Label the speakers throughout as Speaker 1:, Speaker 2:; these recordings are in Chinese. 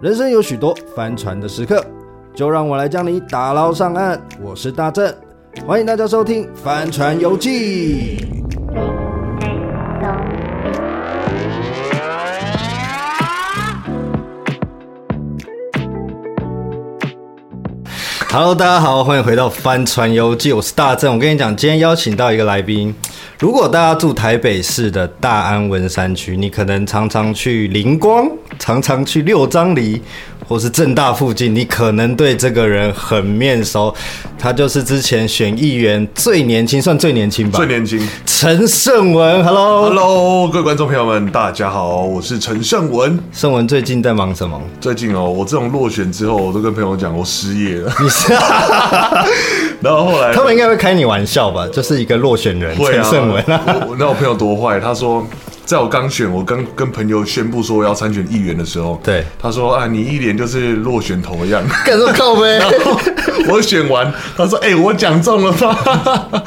Speaker 1: 人生有许多翻船的时刻，就让我来将你打捞上岸。我是大正，欢迎大家收听《帆船游记》。Hello，大家好，欢迎回到《帆船游记》，我是大正。我跟你讲，今天邀请到一个来宾，如果大家住台北市的大安文山区，你可能常常去灵光，常常去六张犁，或是正大附近，你可能对这个人很面熟。他就是之前选议员最年轻，算最年轻吧，
Speaker 2: 最年轻。
Speaker 1: 陈胜文。Hello，
Speaker 2: Hello，各位观众朋友们，大家好，我是陈胜文。
Speaker 1: 胜文最近在忙什么？
Speaker 2: 最近哦，我自从落选之后，我都跟朋友讲我失业了，
Speaker 1: 你是
Speaker 2: 然后后来
Speaker 1: 他们应该会开你玩笑吧？就是一个落选人
Speaker 2: 会
Speaker 1: 陈
Speaker 2: 啊，
Speaker 1: 胜文啊。
Speaker 2: 我我那我朋友多坏，他说。在我刚选，我刚跟朋友宣布说我要参选议员的时候，
Speaker 1: 对
Speaker 2: 他说啊，你一脸就是落选头的样。
Speaker 1: 干这么靠呗？
Speaker 2: 我选完，他说哎、我讲中了吗？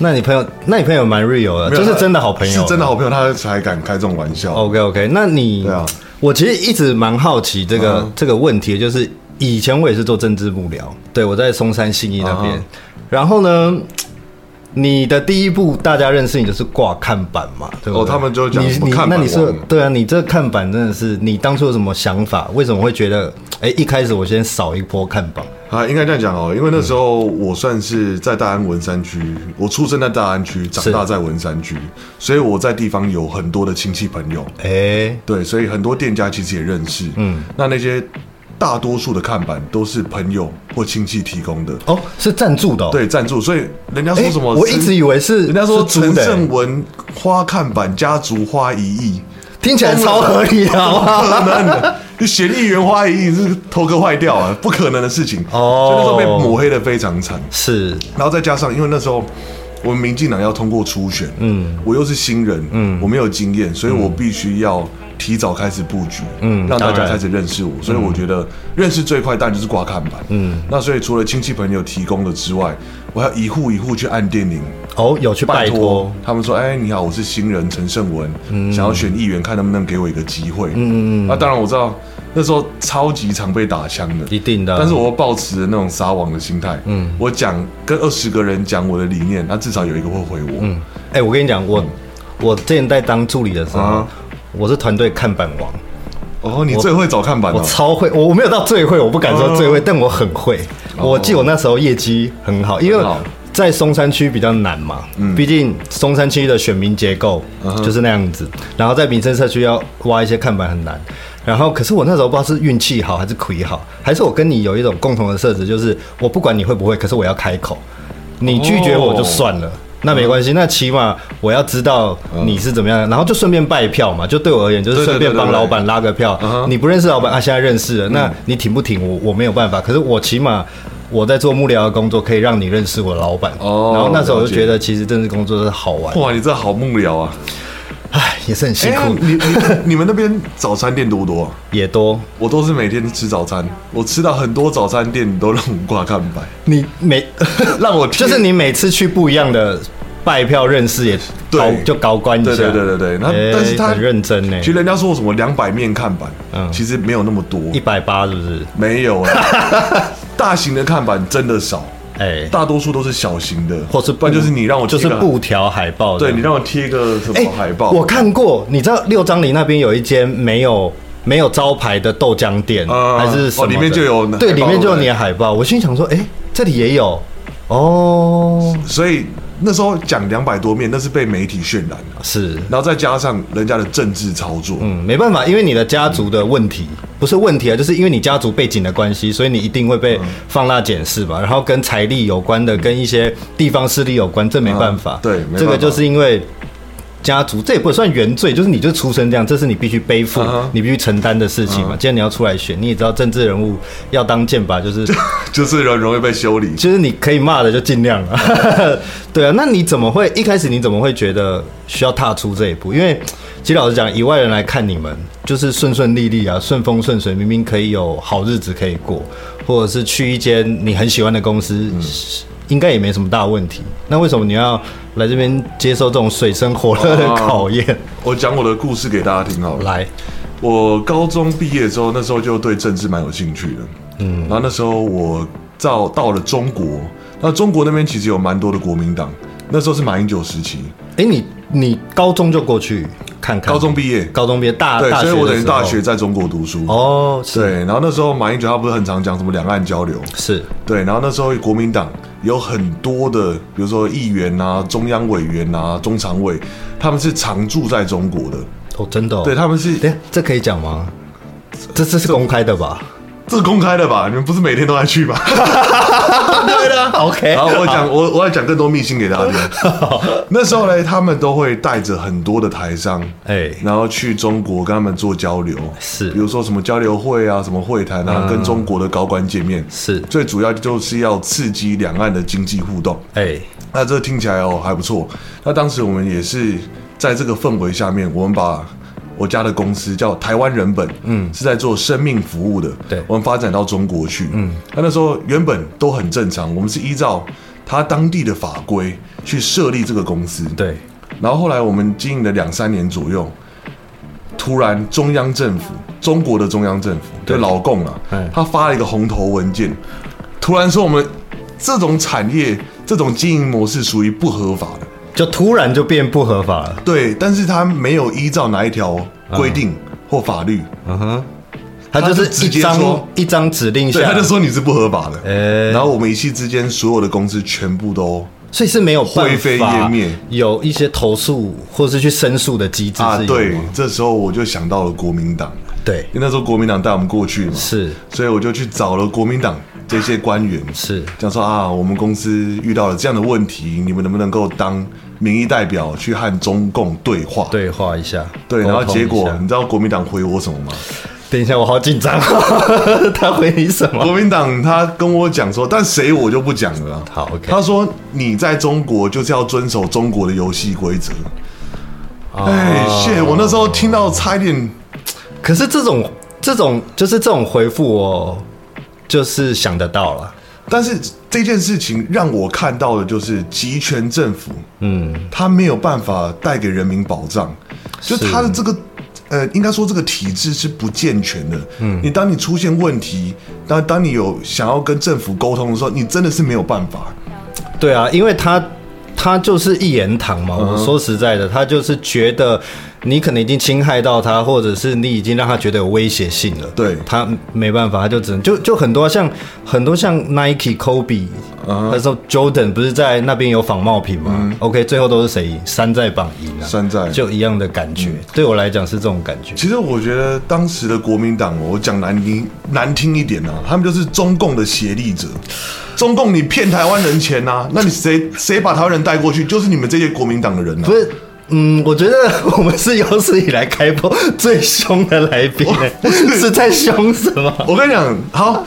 Speaker 1: 那你朋友，那你朋友蛮 real 的， 就是真的好朋友，
Speaker 2: 是真的。好朋友，他才敢开这种玩笑。
Speaker 1: OK OK，那你，
Speaker 2: 对啊
Speaker 1: 我其实一直蛮好奇这个、
Speaker 2: 嗯
Speaker 1: 这个问题，就是以前我也是做政治幕僚，对我在松山信义那边，
Speaker 2: 嗯
Speaker 1: 然后呢。你的第一步，大家认识你就是挂看板嘛，对不对？
Speaker 2: 哦他们就讲
Speaker 1: 你
Speaker 2: 什么
Speaker 1: 你
Speaker 2: 看
Speaker 1: 那
Speaker 2: 板
Speaker 1: 你是
Speaker 2: 王
Speaker 1: 对啊，你这看板真的是你当初有什么想法？为什么会觉得，哎，一开始我先扫一波看板？
Speaker 2: 啊，应该这样讲哦，因为那
Speaker 1: 嗯
Speaker 2: 时候我算是在大安文山区，我出生在大安区，长大在文山区，所以我在地方有很多的亲戚朋友，
Speaker 1: 哎，
Speaker 2: 对，所以很多店家其实也认识，嗯，那那些大多数的看板都是朋友或亲戚提供的，
Speaker 1: 哦，是赞助的、哦，
Speaker 2: 对，赞助，所以人家说
Speaker 1: 诶
Speaker 2: 什么，
Speaker 1: 哎我一直以为是
Speaker 2: 人家说
Speaker 1: 是租
Speaker 2: 陈
Speaker 1: 的欸
Speaker 2: 胜文花看板家族花一亿，
Speaker 1: 听起来超合理的，好不好？
Speaker 2: 不可能的，就嫌议员花一亿是头壳坏掉啊，不可能的事情，
Speaker 1: 哦
Speaker 2: 所以那时候被抹黑的非常惨。
Speaker 1: 是
Speaker 2: 然后再加上，因为那时候我们民进党要通过初选，嗯，我又是新人，嗯，我没有经验，所以我必须要提早开始布局，嗯，让大
Speaker 1: 当
Speaker 2: 家
Speaker 1: 然
Speaker 2: 开始认识我。所以我觉得认识最快当然就是挂看板，嗯。那所以除了亲戚朋友提供的之外，我还要一户一户去按电铃。
Speaker 1: 哦，有去拜托，
Speaker 2: 他们说：“哎，你好，我是新人陈胜文，想要选议员，看能不能给我一个机会。”嗯嗯嗯那当然我知道那时候超级常被打枪的，
Speaker 1: 一定的
Speaker 2: 但是我抱持那种撒网的心态，嗯，我讲跟二十个人讲我的理念，那至少有一个会回我。嗯，
Speaker 1: 哎、我跟你讲，我我之前在当助理的时候，
Speaker 2: 啊
Speaker 1: 我是团队看板王，
Speaker 2: 哦，你最会找看板
Speaker 1: 我
Speaker 2: 了，
Speaker 1: 超会，我我没有到最会，我不敢
Speaker 2: 啊
Speaker 1: 说最会，但我很会。我记得我那时候业绩很好，因为
Speaker 2: 哦很好嗯
Speaker 1: 在松山区比较难嘛，毕竟松山区的选民结构
Speaker 2: 啊
Speaker 1: 就是那样子，然后在民生社区要挖一些看板很难。然后，可是我那时候不知道是运气好还是亏好，还是我跟你有一种共同的设置，就是我不管你会不会，可是我要开口，你拒绝
Speaker 2: 哦
Speaker 1: 我就算了。那没关系，那起码我要知道你是怎么样的，然后就顺便拜票嘛，就对我而言就是
Speaker 2: 嗯对对
Speaker 1: 顺便
Speaker 2: 对对
Speaker 1: 帮
Speaker 2: 对
Speaker 1: 老板拉个票
Speaker 2: 嗯。哼嗯
Speaker 1: 你不认识老板啊，现在认识了，那你挺不挺我我没有办法，可是我起码我在做幕僚的工作，可以让你认识我老板。
Speaker 2: 哦
Speaker 1: 然后那时候我就
Speaker 2: 了解
Speaker 1: 觉得其实政治工作是好玩，
Speaker 2: 哇，你这好幕僚啊！
Speaker 1: 唉，也是很辛
Speaker 2: 哎
Speaker 1: 苦，
Speaker 2: 你你你们那边早餐店多不多啊？
Speaker 1: 也多。
Speaker 2: 我都是每天吃早餐，我吃到很多早餐店都让我挂看板，
Speaker 1: 你 每
Speaker 2: 让我
Speaker 1: 就
Speaker 2: 贴
Speaker 1: 是你每次去不一样的拜票认识也高
Speaker 2: 对
Speaker 1: 就高官一下，
Speaker 2: 对对对对对，那、
Speaker 1: 哎
Speaker 2: 但是他
Speaker 1: 很认真呢
Speaker 2: 其，实人家说什么两百面看板，
Speaker 1: 哎嗯
Speaker 2: 其实没有那么多，
Speaker 1: 一百八是不是？
Speaker 2: 没 有啦。大型的看板真的少，
Speaker 1: 哎，
Speaker 2: 大多数都是小型的，
Speaker 1: 或是
Speaker 2: 不然就是你让我
Speaker 1: 就是
Speaker 2: 贴个，
Speaker 1: 布条海报这
Speaker 2: 对
Speaker 1: 样，
Speaker 2: 你让我贴一个什
Speaker 1: 哎，
Speaker 2: 么海报？
Speaker 1: 我看过，你知道六张犁那边有一间没有没有招牌的豆浆店，
Speaker 2: 啊
Speaker 1: 还是什么的、
Speaker 2: 哦里面就有海报
Speaker 1: 对，里面就有
Speaker 2: 对不对
Speaker 1: 你的海报。我心想说，哎、这里也有哦，
Speaker 2: 所以那时候讲两百多面，那是被媒体渲染的，
Speaker 1: 是。
Speaker 2: 然后再加上人家的政治操作，
Speaker 1: 嗯，没办法，因为你的家族的问题不是问题啊，就是因为你家族背景的关系，所以你一定会被放大检视吧。然后跟财力有关的，跟一些地方势力有关，这没办法。
Speaker 2: 嗯对没办法
Speaker 1: 这个就是因为家族，这也不算原罪，就是你就出生这样，这是你必须背负、
Speaker 2: 嗯哼嗯
Speaker 1: 你必须承担的事情嘛。既然你要出来选，你也知道政治人物要当剑拔，就是
Speaker 2: 就是人容易被修理。
Speaker 1: 就是你可以骂的就尽量了。 对啊，那你怎么会一开始你怎么会觉得需要踏出这一步？因为其实老实讲，以外人来看你们，就是顺顺利利啊，顺风顺水，明明可以有好日子可以过，或者是去一间你很喜欢的公司，
Speaker 2: 嗯
Speaker 1: 应该也没什么大问题。那为什么你要来这边接受这种水深火热的
Speaker 2: 哦
Speaker 1: 考验？
Speaker 2: 我讲我的故事给大家听好了。
Speaker 1: 来，
Speaker 2: 我高中毕业之后，那时候就对政治蛮有兴趣的。嗯，然后那时候我到到了中国，那中国那边其实有蛮多的国民党，那时候是马英九时期，
Speaker 1: 哎，你你高中就过去看看？
Speaker 2: 高中毕业，
Speaker 1: 高中毕业啊大
Speaker 2: 对，
Speaker 1: 大学
Speaker 2: 所以
Speaker 1: 的
Speaker 2: 我等于
Speaker 1: 时候
Speaker 2: 大学在中国读书。
Speaker 1: 哦，是
Speaker 2: 对，然后那时候马英九他不是很常讲什么两岸交流，
Speaker 1: 是
Speaker 2: 对，然后那时候国民党有很多的，比如说议员啊、中央委员啊、中常委，他们是常住在中国的，
Speaker 1: 哦，真的、哦。
Speaker 2: 对，他们是
Speaker 1: 等一下这可以讲吗？这这是公开的吧
Speaker 2: 这是公开的吧？你们不是每天都在 去吧？对的。
Speaker 1: ？OK，
Speaker 2: 然后我讲我我要讲更多秘辛给大家听。 那时候呢，他们都会带着很多的台商，
Speaker 1: 哎
Speaker 2: 然后去中国跟他们做交流，
Speaker 1: 是
Speaker 2: 比如说什么交流会啊，什么会谈啊，跟中国的高官见面，
Speaker 1: 是
Speaker 2: 最主要就是要刺激两岸的经济互动。
Speaker 1: 哎
Speaker 2: 那这听起来哦还不错。那当时我们也是在这个氛围下面，我们把我家的公司叫台湾人本，嗯，是在做生命服务的，
Speaker 1: 对
Speaker 2: 我们发展到中国去，嗯，那那时候原本都很正常，我们是依照他当地的法规去设立这个公司，
Speaker 1: 对
Speaker 2: 然后后来我们经营了两三年左右，突然中央政府，中国的中央政府，对老共啊
Speaker 1: 嗯，
Speaker 2: 他发了一个红头文件，突然说我们这种产业、这种经营模式属于不合法的。
Speaker 1: 就突然就变不合法了。
Speaker 2: 对，但是他没有依照哪一条规定或法律，
Speaker 1: 嗯哼，他
Speaker 2: 他
Speaker 1: 就
Speaker 2: 就是直
Speaker 1: 一
Speaker 2: 接说
Speaker 1: 张一张指令
Speaker 2: 对，
Speaker 1: 下
Speaker 2: 他就，说你是不合法的。
Speaker 1: 啊哎
Speaker 2: 然后我们一夕之间，所有的公司全部都
Speaker 1: 所以是没有办法
Speaker 2: 灰飞烟灭
Speaker 1: 有一些投诉或是去申诉的机制
Speaker 2: 啊，
Speaker 1: 是有
Speaker 2: 对
Speaker 1: 吗？，
Speaker 2: 这时候我就想到了国民党，
Speaker 1: 对，
Speaker 2: 因为那时候国民党带我们过去嘛，
Speaker 1: 是
Speaker 2: 所以我就去找了国民党这些官员，
Speaker 1: 是
Speaker 2: 讲说啊，我们公司遇到了这样的问题，你们能不能够当民意代表去和中共对话？
Speaker 1: 对话一下，
Speaker 2: 对，然后
Speaker 1: 沟通
Speaker 2: 结果
Speaker 1: 一下
Speaker 2: 你知道国民党回我什么吗？
Speaker 1: 等一下我好紧张， 他回你什么？
Speaker 2: 国民党他跟我讲说，但谁我就不讲 了啦。
Speaker 1: 好，OK
Speaker 2: 他说你在中国就是要遵守中国的游戏规则。
Speaker 1: 啊
Speaker 2: 哎，谢，我那时候听到差一点，
Speaker 1: 可是这种这种就是这种回复我就是想得到了，
Speaker 2: 但是这件事情让我看到的就是集权政府，
Speaker 1: 嗯，
Speaker 2: 他没有办法带给人民保障，就是他的这个呃，应该说这个体制是不健全的。嗯，你当你出现问题，当当你有想要跟政府沟通的时候，你真的是没有办法。
Speaker 1: 对啊，因为他他就是一言堂嘛。
Speaker 2: 嗯
Speaker 1: 我说实在的，他就是觉得你可能已经侵害到他，或者是你已经让他觉得有威胁性了。
Speaker 2: 对
Speaker 1: 他没办法，他就只能就就很多像很多像 Nike、Kobe，那时候 Jordan 不是在那边有仿冒品吗、o k 最后都是谁赢？山寨榜赢啊，
Speaker 2: 嗯山寨嗯
Speaker 1: 就一样的感觉。对我来讲是这种感觉。
Speaker 2: 其实我觉得当时的国民党哦，我讲难听难听一点啊，他们就是中共的协力者。中共你骗台湾人钱呐、啊那你谁谁把台湾人带过去，就是你们这些国民党的人呐、啊
Speaker 1: 不是，嗯，我觉得 我们是有史以来开播最凶的来宾、是在凶什么？
Speaker 2: 我跟你讲，好，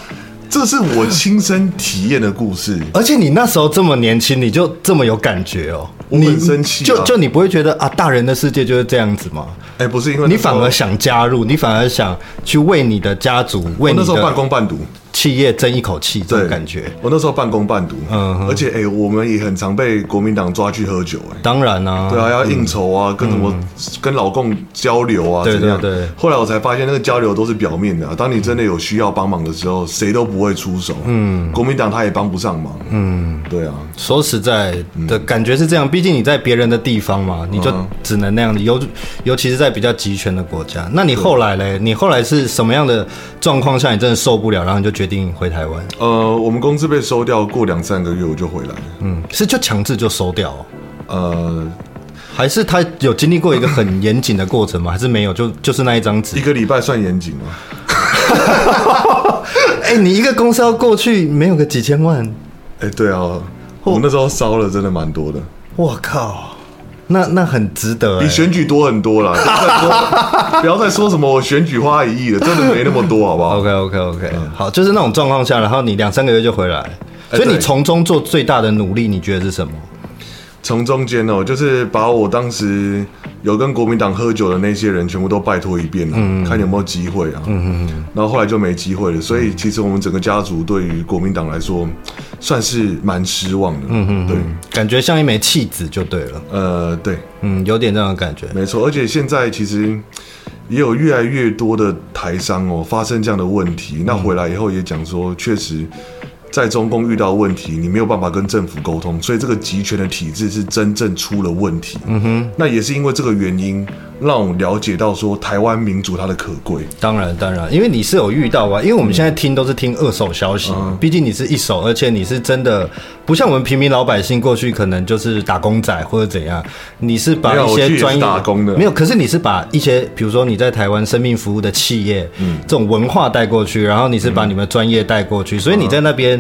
Speaker 2: 这是我亲身体验的故事。
Speaker 1: 而且你那时候这么年轻，你就这么有感觉哦，
Speaker 2: 我
Speaker 1: 你
Speaker 2: 很生气啊
Speaker 1: 就就你不会觉得啊，大人的世界就是这样子吗？
Speaker 2: 哎、不是因为
Speaker 1: 你
Speaker 2: 那时候
Speaker 1: 反而想加入，你反而想去为你的家族、为
Speaker 2: 我
Speaker 1: 你
Speaker 2: 那时候半
Speaker 1: 的
Speaker 2: 工半读，
Speaker 1: 企业争一口气，这
Speaker 2: 对，
Speaker 1: 种感觉。
Speaker 2: 我那时候半工半读，
Speaker 1: 嗯哼
Speaker 2: 而且哎、我们也很常被国民党抓去喝酒、哎，
Speaker 1: 当然啦、
Speaker 2: 对啊，要应酬啊，跟什么、跟老共交流啊，
Speaker 1: 对
Speaker 2: 怎样
Speaker 1: 对对
Speaker 2: 后来我才发现，那个交流都是表面的、啊。当你真的有需要帮忙的时候，谁都不会出手。嗯，国民党他也帮不上忙。嗯，对啊，
Speaker 1: 说实在的
Speaker 2: 嗯
Speaker 1: 感觉是这样，毕竟你在别人的地方嘛，你就只能那样子。尤尤其是在比较集权的国家，那你后来嘞？你后来是什么样的状况下，你真的受不了，然后你就决定回台湾？
Speaker 2: 呃，我们公司被收掉，过两三个月我就回来了。
Speaker 1: 嗯，是就强制就收掉、哦，
Speaker 2: 呃，
Speaker 1: 还是他有经历过一个很严谨的过程吗？还是没有？就就是那一张纸
Speaker 2: 一。个礼拜算严谨吗？
Speaker 1: 哎、你一个公司要过去，没有个几千万，
Speaker 2: 哎、对啊，我们那时候烧了真的蛮多的，
Speaker 1: 我靠，那那很值得、
Speaker 2: 比
Speaker 1: 欸。
Speaker 2: 选举多很多啦。不要再 说不要再说什么我选举花一亿了，真的没那么多，好不好？
Speaker 1: 哎 OK OK OK，、好，就是那种状况下，然后你两三个月就回来，所以你
Speaker 2: 嗯哎对
Speaker 1: 从中做最大的努力，你觉得是什么？
Speaker 2: 从中间哦，就是把我当时有跟国民党喝酒的那些人全部都拜托一遍了、啊看有没有机会啊。嗯嗯。然后后来就没机会了，所以其实我们整个家族对于国民党来说，算是蛮失望的。嗯嗯，对，
Speaker 1: 感觉像一枚弃子就对了，
Speaker 2: 呃，对，
Speaker 1: 嗯，有点这样的感觉。
Speaker 2: 没错。而且现在其实也有越来越多的台商哦发生这样的问题。那回来以后也讲说，确实在中共遇到问题，你没有办法跟政府沟通，所以这个集权的体制是真正出了问题。嗯哼，那也是因为这个原因，让我们了解到说台湾民主它的可贵。
Speaker 1: 当然，当然，因为你是有遇到啊，因为我们现在听都是听二手消息，
Speaker 2: 嗯
Speaker 1: 毕竟你是一手，而且你是真的不像我们平民老百姓过去可能就是打工仔或者怎样，你是把
Speaker 2: 没有
Speaker 1: 一
Speaker 2: 我去也
Speaker 1: 些
Speaker 2: 是
Speaker 1: 专业
Speaker 2: 打工的
Speaker 1: 没有，可是你是把一些比如说你在台湾生命服务的企业，这种文化带过去，然后你是把你们专业带过去，所以你在那边。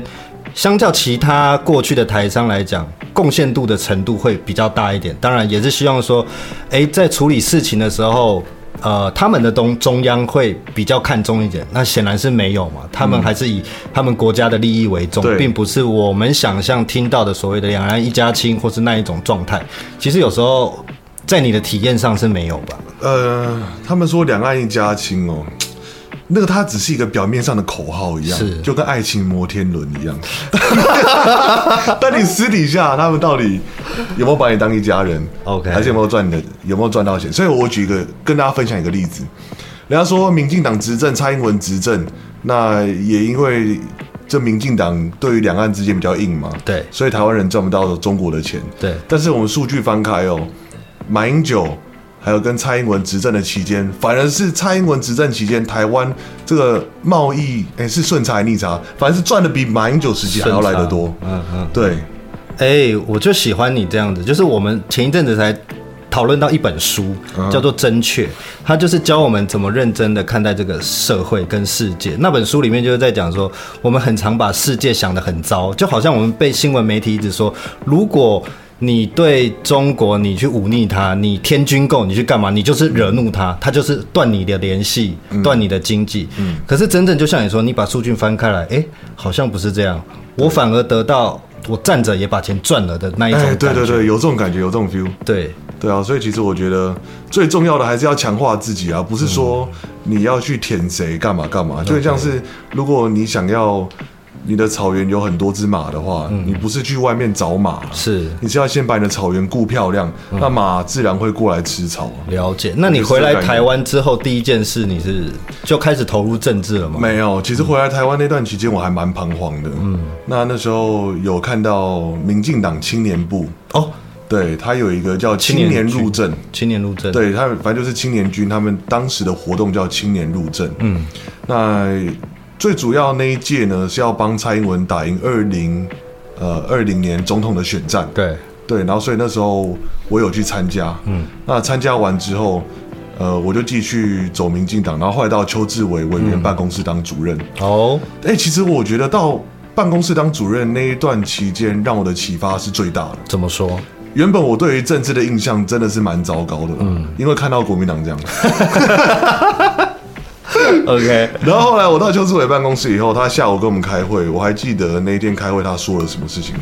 Speaker 1: 相较其他过去的台商来讲，贡献度的程度会比较大一点。当然，也是希望说，诶，在处理事情的时候，呃，他们的东中央会比较看重一点。那显然是没有嘛，他们还是以他们国家的利益为重，
Speaker 2: 对
Speaker 1: 并不是我们想象听到的所谓的两岸一家亲或是那一种状态。其实有时候在你的体验上是没有吧？
Speaker 2: 呃，他们说两岸一家亲哦，那个它只是一个表面上的口号一样
Speaker 1: 是，
Speaker 2: 就跟爱情摩天轮一样。 但你私底下他们到底有没有把你当一家人
Speaker 1: OK
Speaker 2: 还是有没有赚的，有没有赚到钱？所以我举一个跟大家分享一个例子，人家说民进党执政，蔡英文执政，那也因为。这民进党对于两岸之间比较硬嘛，
Speaker 1: 对
Speaker 2: 所以台湾人赚不到中国的钱，
Speaker 1: 对
Speaker 2: 但是我们数据翻开哦，马英九还有跟蔡英文执政的期间，反而是蔡英文执政期间，台湾这个贸易哎是顺差还是逆差，反正是赚的比马英九时期还要来得多。
Speaker 1: 嗯嗯。
Speaker 2: 对，
Speaker 1: 哎、我就喜欢你这样子。就是我们前一阵子才讨论到一本书，叫做《真确》，它就是教我们怎么认真的看待这个社会跟世界。那本书里面就是在讲说，我们很常把世界想得很糟，就好像我们被新闻媒体一直说，如果你对中国，你去忤逆他，你天军购，你去干嘛？你就是惹怒他，他就是断你的联系，断你的经济。可是真正就像你说，你把数据翻开来，诶，好像不是这样，我反而得到我站着也把钱赚了的那一种
Speaker 2: 哎，
Speaker 1: 感觉。
Speaker 2: 对对对，有这种感觉，有这种 feel。
Speaker 1: 对
Speaker 2: 对啊，所以其实我觉得最重要的还是要强化自己啊，不是说
Speaker 1: 嗯
Speaker 2: 你要去舔谁干嘛干嘛，就很像是如果你想要你的草原有很多只马的话，你不是去外面找马啊，
Speaker 1: 嗯是
Speaker 2: 你是要先把你的草原顾漂亮，那马自然会过来吃草啊。
Speaker 1: 了解。那你回来台湾之后，第一件事你是就开始投入政治了吗？
Speaker 2: 没有，其实回来台湾那段期间，我还蛮彷徨的。嗯，那那时候有看到民进党青年部，
Speaker 1: 哦，
Speaker 2: 对他有一个叫青
Speaker 1: 年
Speaker 2: 年入
Speaker 1: 军
Speaker 2: 政，
Speaker 1: 青年入政。，
Speaker 2: 对他们，反正就是青年军，他们当时的活动叫青年入阵。嗯，那最主要那一届呢是要帮蔡英文打赢二零呃二零年总统的选战。
Speaker 1: 对，
Speaker 2: 对，然后所以那时候我有去参加。嗯，那参加完之后，呃，我就继续走民进党，然后后来到邱志伟委员办公室当主任。
Speaker 1: 哦，
Speaker 2: 哎、其实我觉得到办公室当主任那一段期间，让我的启发是最大的。
Speaker 1: 怎么 说？
Speaker 2: 原本我对于政治的印象真的是蛮糟糕的，嗯，因为看到国民党这样。
Speaker 1: OK，
Speaker 2: 然后后来我到邱志伟办公室以后，他下午跟我们开会，我还记得那一天开会他说了什么事情。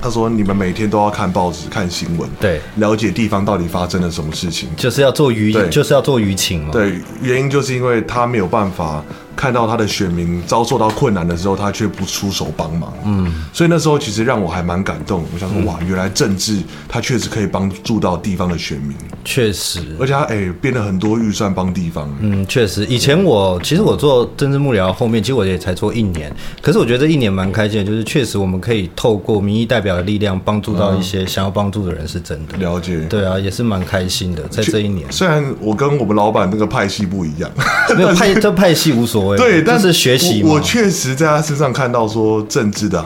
Speaker 2: 他说：“你们每天都要看报纸、看新闻，
Speaker 1: 对
Speaker 2: 了解地方到底发生了什么事情。
Speaker 1: 就是要做舆，
Speaker 2: 对
Speaker 1: 就是要做舆情嘛。
Speaker 2: 对，原因就是因为他没有办法看到他的选民遭受到困难的时候，他却不出手帮忙。嗯，所以那时候其实让我还蛮感动。我想说，哇，原来政治它确实可以帮助到地方的选民，
Speaker 1: 确实，
Speaker 2: 而且它哎、变了很多预算帮地方。
Speaker 1: 嗯，确实，以前我其实我做政治幕僚，后面其实我也才做一年，可是我觉得这一年蛮开心的，就是确实我们可以透过民意代表的力量，帮助
Speaker 2: 嗯
Speaker 1: 到一些想要帮助的人，是真的。
Speaker 2: 了解。
Speaker 1: 对啊，也是蛮开心的，在这一年，
Speaker 2: 虽然我跟我们老板那个派系不一样，
Speaker 1: 没有派这派系无所谓，
Speaker 2: 对，但
Speaker 1: 就是学习
Speaker 2: 我。
Speaker 1: 嘛
Speaker 2: 我。确实在他身上看到说政治的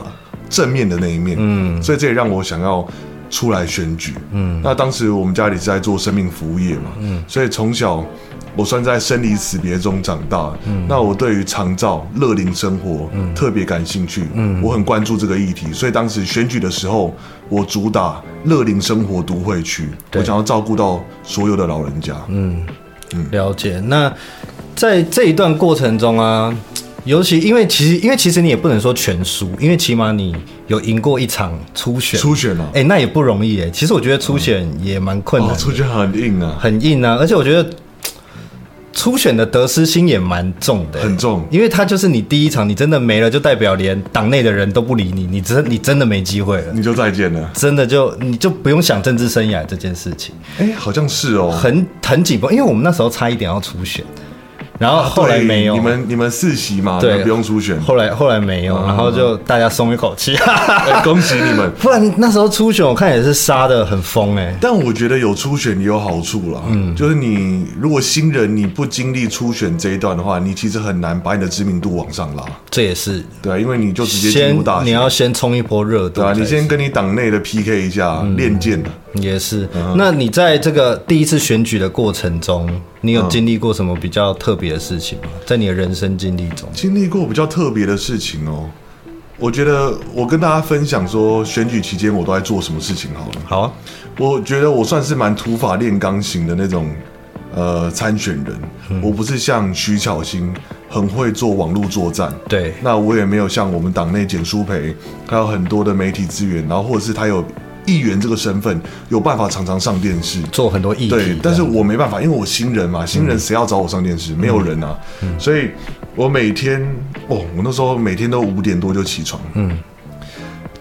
Speaker 2: 正面的那一面，嗯，所以这也让我想要出来选举，嗯。那当时我们家里是在做生命服务业嘛，嗯，所以从小我算在生离死别中长大，嗯。那我对于长照、乐龄生活、特别感兴趣，嗯，我很关注这个议题，所以当时选举的时候，我主打乐龄生活都会区，我想要照顾到所有的老人家，嗯。
Speaker 1: 了解。那在这一段过程中啊，尤其因为其实因为其实你也不能说全输，因为起码你有赢过一场初选。
Speaker 2: 初选啊
Speaker 1: 哎、那也不容易哎、其实我觉得初选也蛮困难
Speaker 2: 哦，
Speaker 1: 的
Speaker 2: 出去很硬啊，
Speaker 1: 很硬啊，而且我觉得。初选的得失心也蛮重的、
Speaker 2: 很重
Speaker 1: 因为他就是你第一场你真的没了，就代表连党内的人都不理你，你真你真的没机会了，
Speaker 2: 你就再见了。
Speaker 1: 真的就你就不用想政治生涯这件事情，
Speaker 2: 哎、好像是哦。
Speaker 1: 很很紧绷，因为我们那时候差一点要初选，然后后来
Speaker 2: 啊对
Speaker 1: 没有，
Speaker 2: 你们你们四席嘛，
Speaker 1: 对
Speaker 2: 你们不用初 选。啊
Speaker 1: 后来后来没有，然后就大家松一口气，！
Speaker 2: 哎恭喜你们
Speaker 1: 不然那时候初选我看也是杀的很疯哎、
Speaker 2: 但我觉得有初选也有好处啦，嗯，就是你如果新人你不经历初选这一段的话，你其实很难把你的知名度往上拉，
Speaker 1: 这也是
Speaker 2: 对啊，因为你就直接进
Speaker 1: 先
Speaker 2: 入大
Speaker 1: 你
Speaker 2: 学，
Speaker 1: 要先冲一波热度
Speaker 2: 对啊，
Speaker 1: 才
Speaker 2: 你先跟你党内的 PK 一下，
Speaker 1: 嗯
Speaker 2: 练剑的。
Speaker 1: 也是。
Speaker 2: 啊
Speaker 1: 那你在这个第一次选举的过程中，你有经历过什么比较特别的事情吗？在你的人生经历中，
Speaker 2: 经历过比较特别的事情哦，我觉得我跟大家分享说，选举期间我都在做什么事情好了。
Speaker 1: 好啊，
Speaker 2: 我觉得我算是蛮土法炼钢型的那种，呃，参选人。我不是像徐巧芯很会做网络作战，
Speaker 1: 对
Speaker 2: 那我也没有像我们党内简书培，他有很多的媒体资源，然后或者是他有议员这个身份，有办法常常上电视。
Speaker 1: 做很多议题这
Speaker 2: 对
Speaker 1: 样，，嗯
Speaker 2: 但是我没办法，因为我新人嘛，新人谁要找我上电视？没有人啊，所以我每天哦，我那时候每天都五点多就起床，嗯，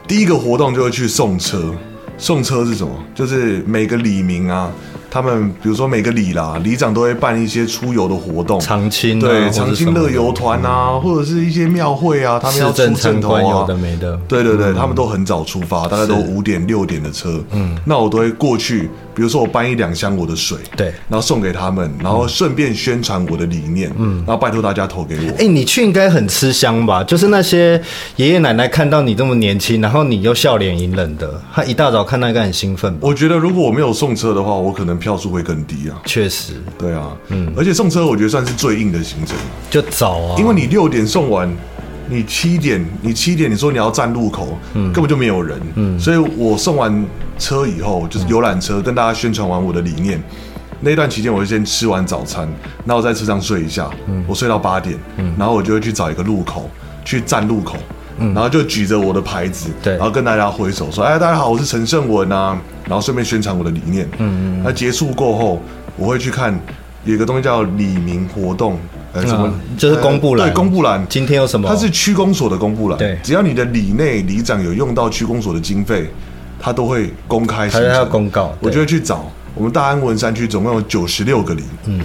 Speaker 2: 第一个活动就会去送车。送车是什么？就是每个里民啊，他们比如说每个里啦，里长都会办一些出游的活动，
Speaker 1: 长青啊
Speaker 2: 对
Speaker 1: 或
Speaker 2: 长
Speaker 1: 者什
Speaker 2: 青
Speaker 1: 么
Speaker 2: 乐游团啊，或者是一些庙会啊，他们要
Speaker 1: 市
Speaker 2: 出
Speaker 1: 政
Speaker 2: 正
Speaker 1: 参
Speaker 2: 头啊，
Speaker 1: 观有的没的，
Speaker 2: 对对对，他们都很早出发，大概都五点六点的车。嗯，那我都会过去，比如说我搬一两箱我的水，
Speaker 1: 对
Speaker 2: 然后送给他们，然后顺便宣传我的理念，嗯，然后拜托大家投给我。
Speaker 1: 哎、你去应该很吃香吧？就是那些爷爷奶奶看到你这么年轻，然后你又笑脸迎人的，他一大早看到应该很兴奋吧？
Speaker 2: 我觉得如果我没有送车的话，我可能票数会更低啊。
Speaker 1: 确实，
Speaker 2: 对啊，嗯，而且送车我觉得算是最硬的行程，
Speaker 1: 就早啊，
Speaker 2: 因为你六点送完，你七点，你七点你说你要站路口，根本就没有人，所以我送完车以后，就是游览车跟大家宣传完我的理念，那段期间我就先吃完早餐，然后在车上睡一下，我睡到八点，然后我就会去找一个路口去站路口。然后就举着我的牌子，
Speaker 1: 对
Speaker 2: 然后跟大家挥手说：“哎，大家好，我是陈胜文啊。”然后顺便宣传我的理念。嗯嗯。那结束过后，我会去看有一个东西叫李明活动，呃，什么、
Speaker 1: 就是公布栏
Speaker 2: 对，公布栏，
Speaker 1: 今天有什么？
Speaker 2: 它是区公所的公布栏，
Speaker 1: 对
Speaker 2: 只要你的里内里长有用到区公所的经费，它都会公开行
Speaker 1: 还
Speaker 2: 程，
Speaker 1: 是要公告？
Speaker 2: 我
Speaker 1: 对
Speaker 2: 就会去找我们大安文山区总共有九十六个里，嗯，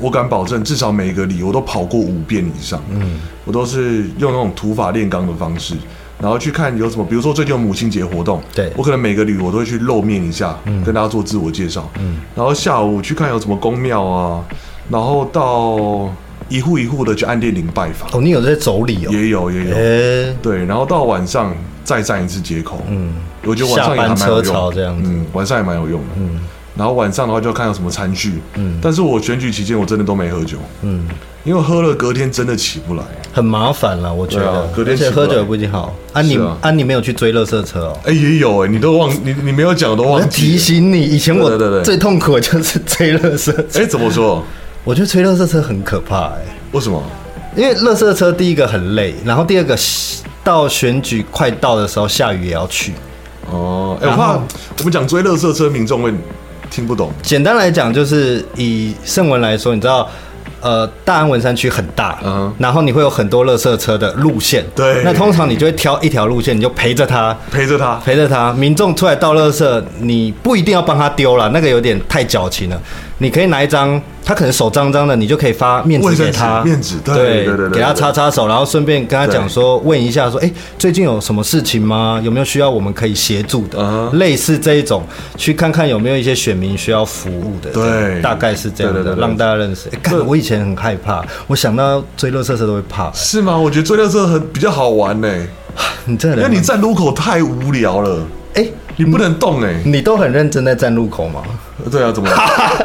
Speaker 2: 我敢保证，至少每一个里我都跑过五遍以上，嗯，我都是用那种土法炼钢的方式。然后去看有什么，比如说最近有母亲节活动，
Speaker 1: 对嗯
Speaker 2: 我可能每个旅我都会去露面一下，跟大家做自我介绍。嗯，然后下午去看有什么宫庙啊，然后到一户一户的去按电铃拜访，
Speaker 1: 哦，你有在走礼哦？哎
Speaker 2: 也有也有。
Speaker 1: 诶，
Speaker 2: 对，然后到晚上再站一次街口，嗯，我觉得晚上也还蛮
Speaker 1: 下班
Speaker 2: 有
Speaker 1: 车潮
Speaker 2: 用，
Speaker 1: 这样子
Speaker 2: 嗯，晚上也蛮有用的，嗯。然后晚上的话就要看有什么餐具，嗯。但是我选举期间我真的都没喝酒，嗯，因为喝了隔天真的起不来。
Speaker 1: 很麻烦了，我觉
Speaker 2: 对
Speaker 1: 得
Speaker 2: 啊，隔天
Speaker 1: 而且
Speaker 2: 起不
Speaker 1: 喝
Speaker 2: 来
Speaker 1: 酒也不一定好。啊你，
Speaker 2: 是
Speaker 1: 啊
Speaker 2: 啊，
Speaker 1: 你没有去追垃圾车哦。
Speaker 2: 哎，也有哎，你都忘你你没有讲我都
Speaker 1: 我
Speaker 2: 忘
Speaker 1: 要
Speaker 2: 记
Speaker 1: 提
Speaker 2: 了。
Speaker 1: 醒你，以前我
Speaker 2: 对对对对
Speaker 1: 最痛苦的就是追垃圾车。
Speaker 2: 哎，怎么说？
Speaker 1: 我觉得追垃圾车很可怕哎、
Speaker 2: 为什么？
Speaker 1: 因为垃圾车第一个很累，然后第二个到选举快到的时候下雨也要去。
Speaker 2: 哦，哎，我
Speaker 1: 然
Speaker 2: 怕
Speaker 1: 后
Speaker 2: 我们讲追垃圾车，民众会听不懂。
Speaker 1: 简单来讲，就是以圣文来说，你知道，呃，大安文山区很大，
Speaker 2: 嗯哼
Speaker 1: 然后你会有很多垃圾车的路线，
Speaker 2: 对
Speaker 1: 那通常你就会挑一条路线，你就陪着他。
Speaker 2: 陪着他，
Speaker 1: 陪着他，民众出来倒垃圾，你不一定要帮他丢了，那个有点太矫情了。你可以拿一张，他可能手脏脏的，你就可以发面纸给他，
Speaker 2: 卫生纸面纸对对对对对
Speaker 1: 给他擦擦手，然后顺便跟他讲说，问一下说，哎、最近有什么事情吗？有没有需要我们可以协助的
Speaker 2: 嗯哼
Speaker 1: 类似这一种，去看看有没有一些选民需要服务的，
Speaker 2: 对
Speaker 1: 这样大概是这样的，
Speaker 2: 对对对对
Speaker 1: 让大家认识。哎、看我以前很害怕，我想到追垃圾车都会 怕、
Speaker 2: 是吗？我觉得追垃圾很比较好玩呢，
Speaker 1: 你这
Speaker 2: 因为
Speaker 1: 人，
Speaker 2: 你站路口太无聊了，
Speaker 1: 哎、
Speaker 2: 你不能动哎。
Speaker 1: 你都很认真在站路口吗？
Speaker 2: 对啊，怎么了？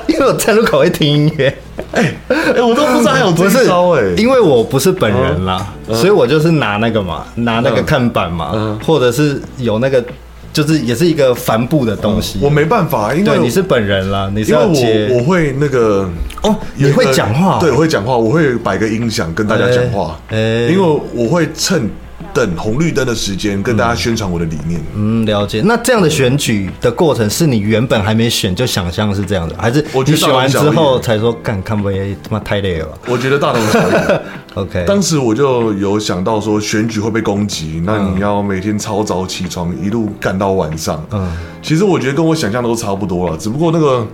Speaker 1: 因为我站路口会听音乐，
Speaker 2: 哎、我都不知道还有
Speaker 1: 不
Speaker 2: 这
Speaker 1: 是
Speaker 2: 一招哎、，
Speaker 1: 因为我不是本人啦，所以我就是拿那个嘛，拿那个
Speaker 2: 嗯
Speaker 1: 看板嘛，
Speaker 2: 嗯
Speaker 1: 或者是有那个，就是也是一个帆布的东西。
Speaker 2: 我没办法，因为
Speaker 1: 对，你是本人啦，你是
Speaker 2: 因
Speaker 1: 要接
Speaker 2: 为我我会那个呃
Speaker 1: 哦
Speaker 2: 有一个
Speaker 1: 你会讲话哦
Speaker 2: 哎对，我会讲话，我会摆个音响跟大家讲话，
Speaker 1: 哎哎
Speaker 2: 因为我会趁等红绿灯的时间跟大家宣传我的理念。
Speaker 1: 嗯，了解。那这样的选举的过程，是你原本还没选就想象是这样的，还是
Speaker 2: 我觉
Speaker 1: 你
Speaker 2: 得
Speaker 1: 选完之后才说干看不也他妈太累了吧
Speaker 2: 我觉得大同小异。
Speaker 1: ？OK，
Speaker 2: 当时我就有想到说选举会被攻击，那你要每天超早起床，一路干到晚上。嗯，其实我觉得跟我想象的都差不多了，只不过那个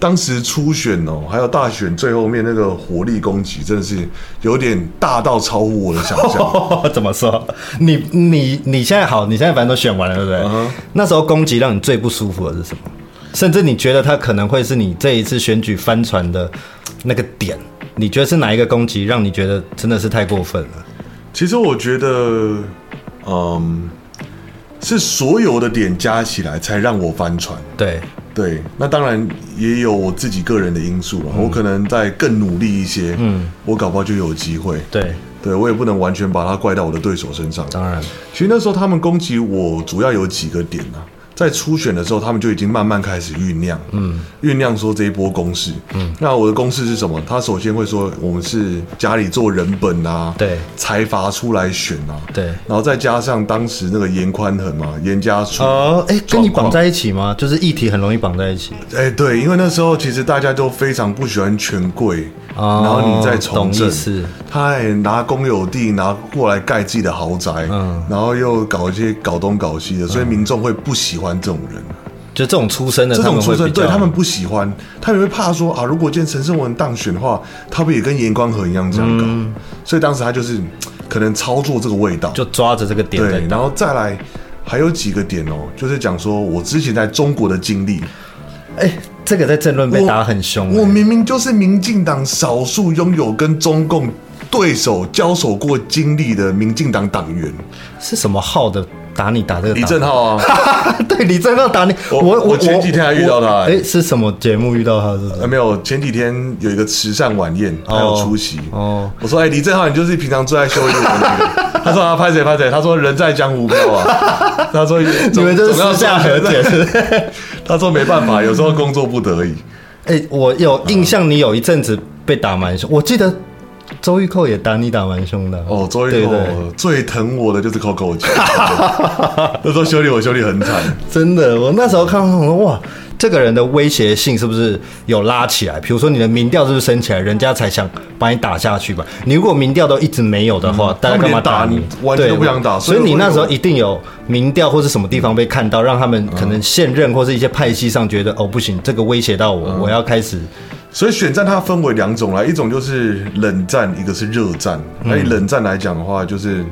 Speaker 2: 当时初选哦，还有大选最后面那个火力攻击，真的是有点大到超乎我的想 象。
Speaker 1: 怎么说？你你你现在好，你现在反正都选完了，对不
Speaker 2: 嗯
Speaker 1: 对那时候攻击让你最不舒服的是什么？甚至你觉得他可能会是你这一次选举翻船的那个点，你觉得是哪一个攻击让你觉得真的是太过分了？
Speaker 2: 其实我觉得，嗯，是所有的点加起来才让我翻船。
Speaker 1: 对，
Speaker 2: 对，那当然也有我自己个人的因素了。我可能再更努力一些，嗯，我搞不好就有机会。
Speaker 1: 对，
Speaker 2: 对我也不能完全把它怪到我的对手身上。
Speaker 1: 当然，
Speaker 2: 其实那时候他们攻击我，主要有几个点啊。在初选的时候，他们就已经慢慢开始酝酿，嗯，酝酿说这一波攻势，嗯，那我的攻势是什么？他首先会说我们是家里做人本啊，
Speaker 1: 对
Speaker 2: 财阀出来选啊，
Speaker 1: 对
Speaker 2: 然后再加上当时那个严宽恒嘛，严家楚，
Speaker 1: 哦，哎，跟
Speaker 2: 状
Speaker 1: 你绑
Speaker 2: 况
Speaker 1: 在一起吗？就是议题很容易绑在一起。
Speaker 2: 哎、对，因为那时候其实大家都非常不喜欢权贵，
Speaker 1: 哦
Speaker 2: 然后你再从
Speaker 1: 懂
Speaker 2: 政
Speaker 1: 意思，
Speaker 2: 他还拿公有地拿过来盖自己的豪宅，然后又搞一些搞东搞西的，所以民众会不喜欢这种人。
Speaker 1: 就这种出身的，
Speaker 2: 这种
Speaker 1: 他们
Speaker 2: 出
Speaker 1: 会
Speaker 2: 身
Speaker 1: 比
Speaker 2: 对
Speaker 1: 较
Speaker 2: 他们不喜欢，他们会怕说啊，如果今天陈胜文当选的话，他不也跟严光和一样这样搞？所以当时他就是可能操作这个味道，
Speaker 1: 就抓着这个点在
Speaker 2: 对，然后再来还有几个点哦，就是讲说我之前在中国的经历。
Speaker 1: 哎、这个在政论被
Speaker 2: 我
Speaker 1: 打很凶、
Speaker 2: 我
Speaker 1: 哎
Speaker 2: 明明就是民进党少数拥有跟中共对手交手过经历的民进党党员，
Speaker 1: 是什么号的打你打这个打？
Speaker 2: 李正浩啊，
Speaker 1: 对李正浩打你，
Speaker 2: 我
Speaker 1: 我
Speaker 2: 我前几天还遇到他
Speaker 1: 哎、是什么节目遇到他？是不
Speaker 2: 呃
Speaker 1: 是？
Speaker 2: 没有，前几天有一个慈善晚宴，他有出席。
Speaker 1: 哦
Speaker 2: 我说，哎、李正浩，你就是平常最爱修理我的 那个。他说啊，拍谁拍谁，他说人在江湖飘啊。 他说
Speaker 1: 你
Speaker 2: 你
Speaker 1: 们这是私下和解是 不是？
Speaker 2: 他说没办法，有时候工作不得已。
Speaker 1: 哎、我有印象，你有一阵子被打蛮凶，我记得周玉蔻也打你打蛮凶的。
Speaker 2: 哦，周
Speaker 1: 对
Speaker 2: 玉
Speaker 1: 对
Speaker 2: 蔻最疼我的就是 Coco 姐， 那时候修理我修理很惨。
Speaker 1: 真的，我那时候看到我说哇，这个人的威胁性是不是有拉起来？比如说你的民调是不是升起来，人家才想把你打下去吧？你如果民调都一直没有的话，大家干嘛
Speaker 2: 嗯他们
Speaker 1: 你
Speaker 2: 连？打你完全都不想打
Speaker 1: 所以
Speaker 2: 所以
Speaker 1: 你
Speaker 2: 我
Speaker 1: 那
Speaker 2: 有
Speaker 1: 时候一定有民调或是什么地方被看到，让他们可能现任或是一些派系上觉得哦不行，这个威胁到我，
Speaker 2: 嗯
Speaker 1: 我要开始
Speaker 2: 所以选战它分为两种啦，一种就是冷战，一个是热战。那以冷战来讲的话，就是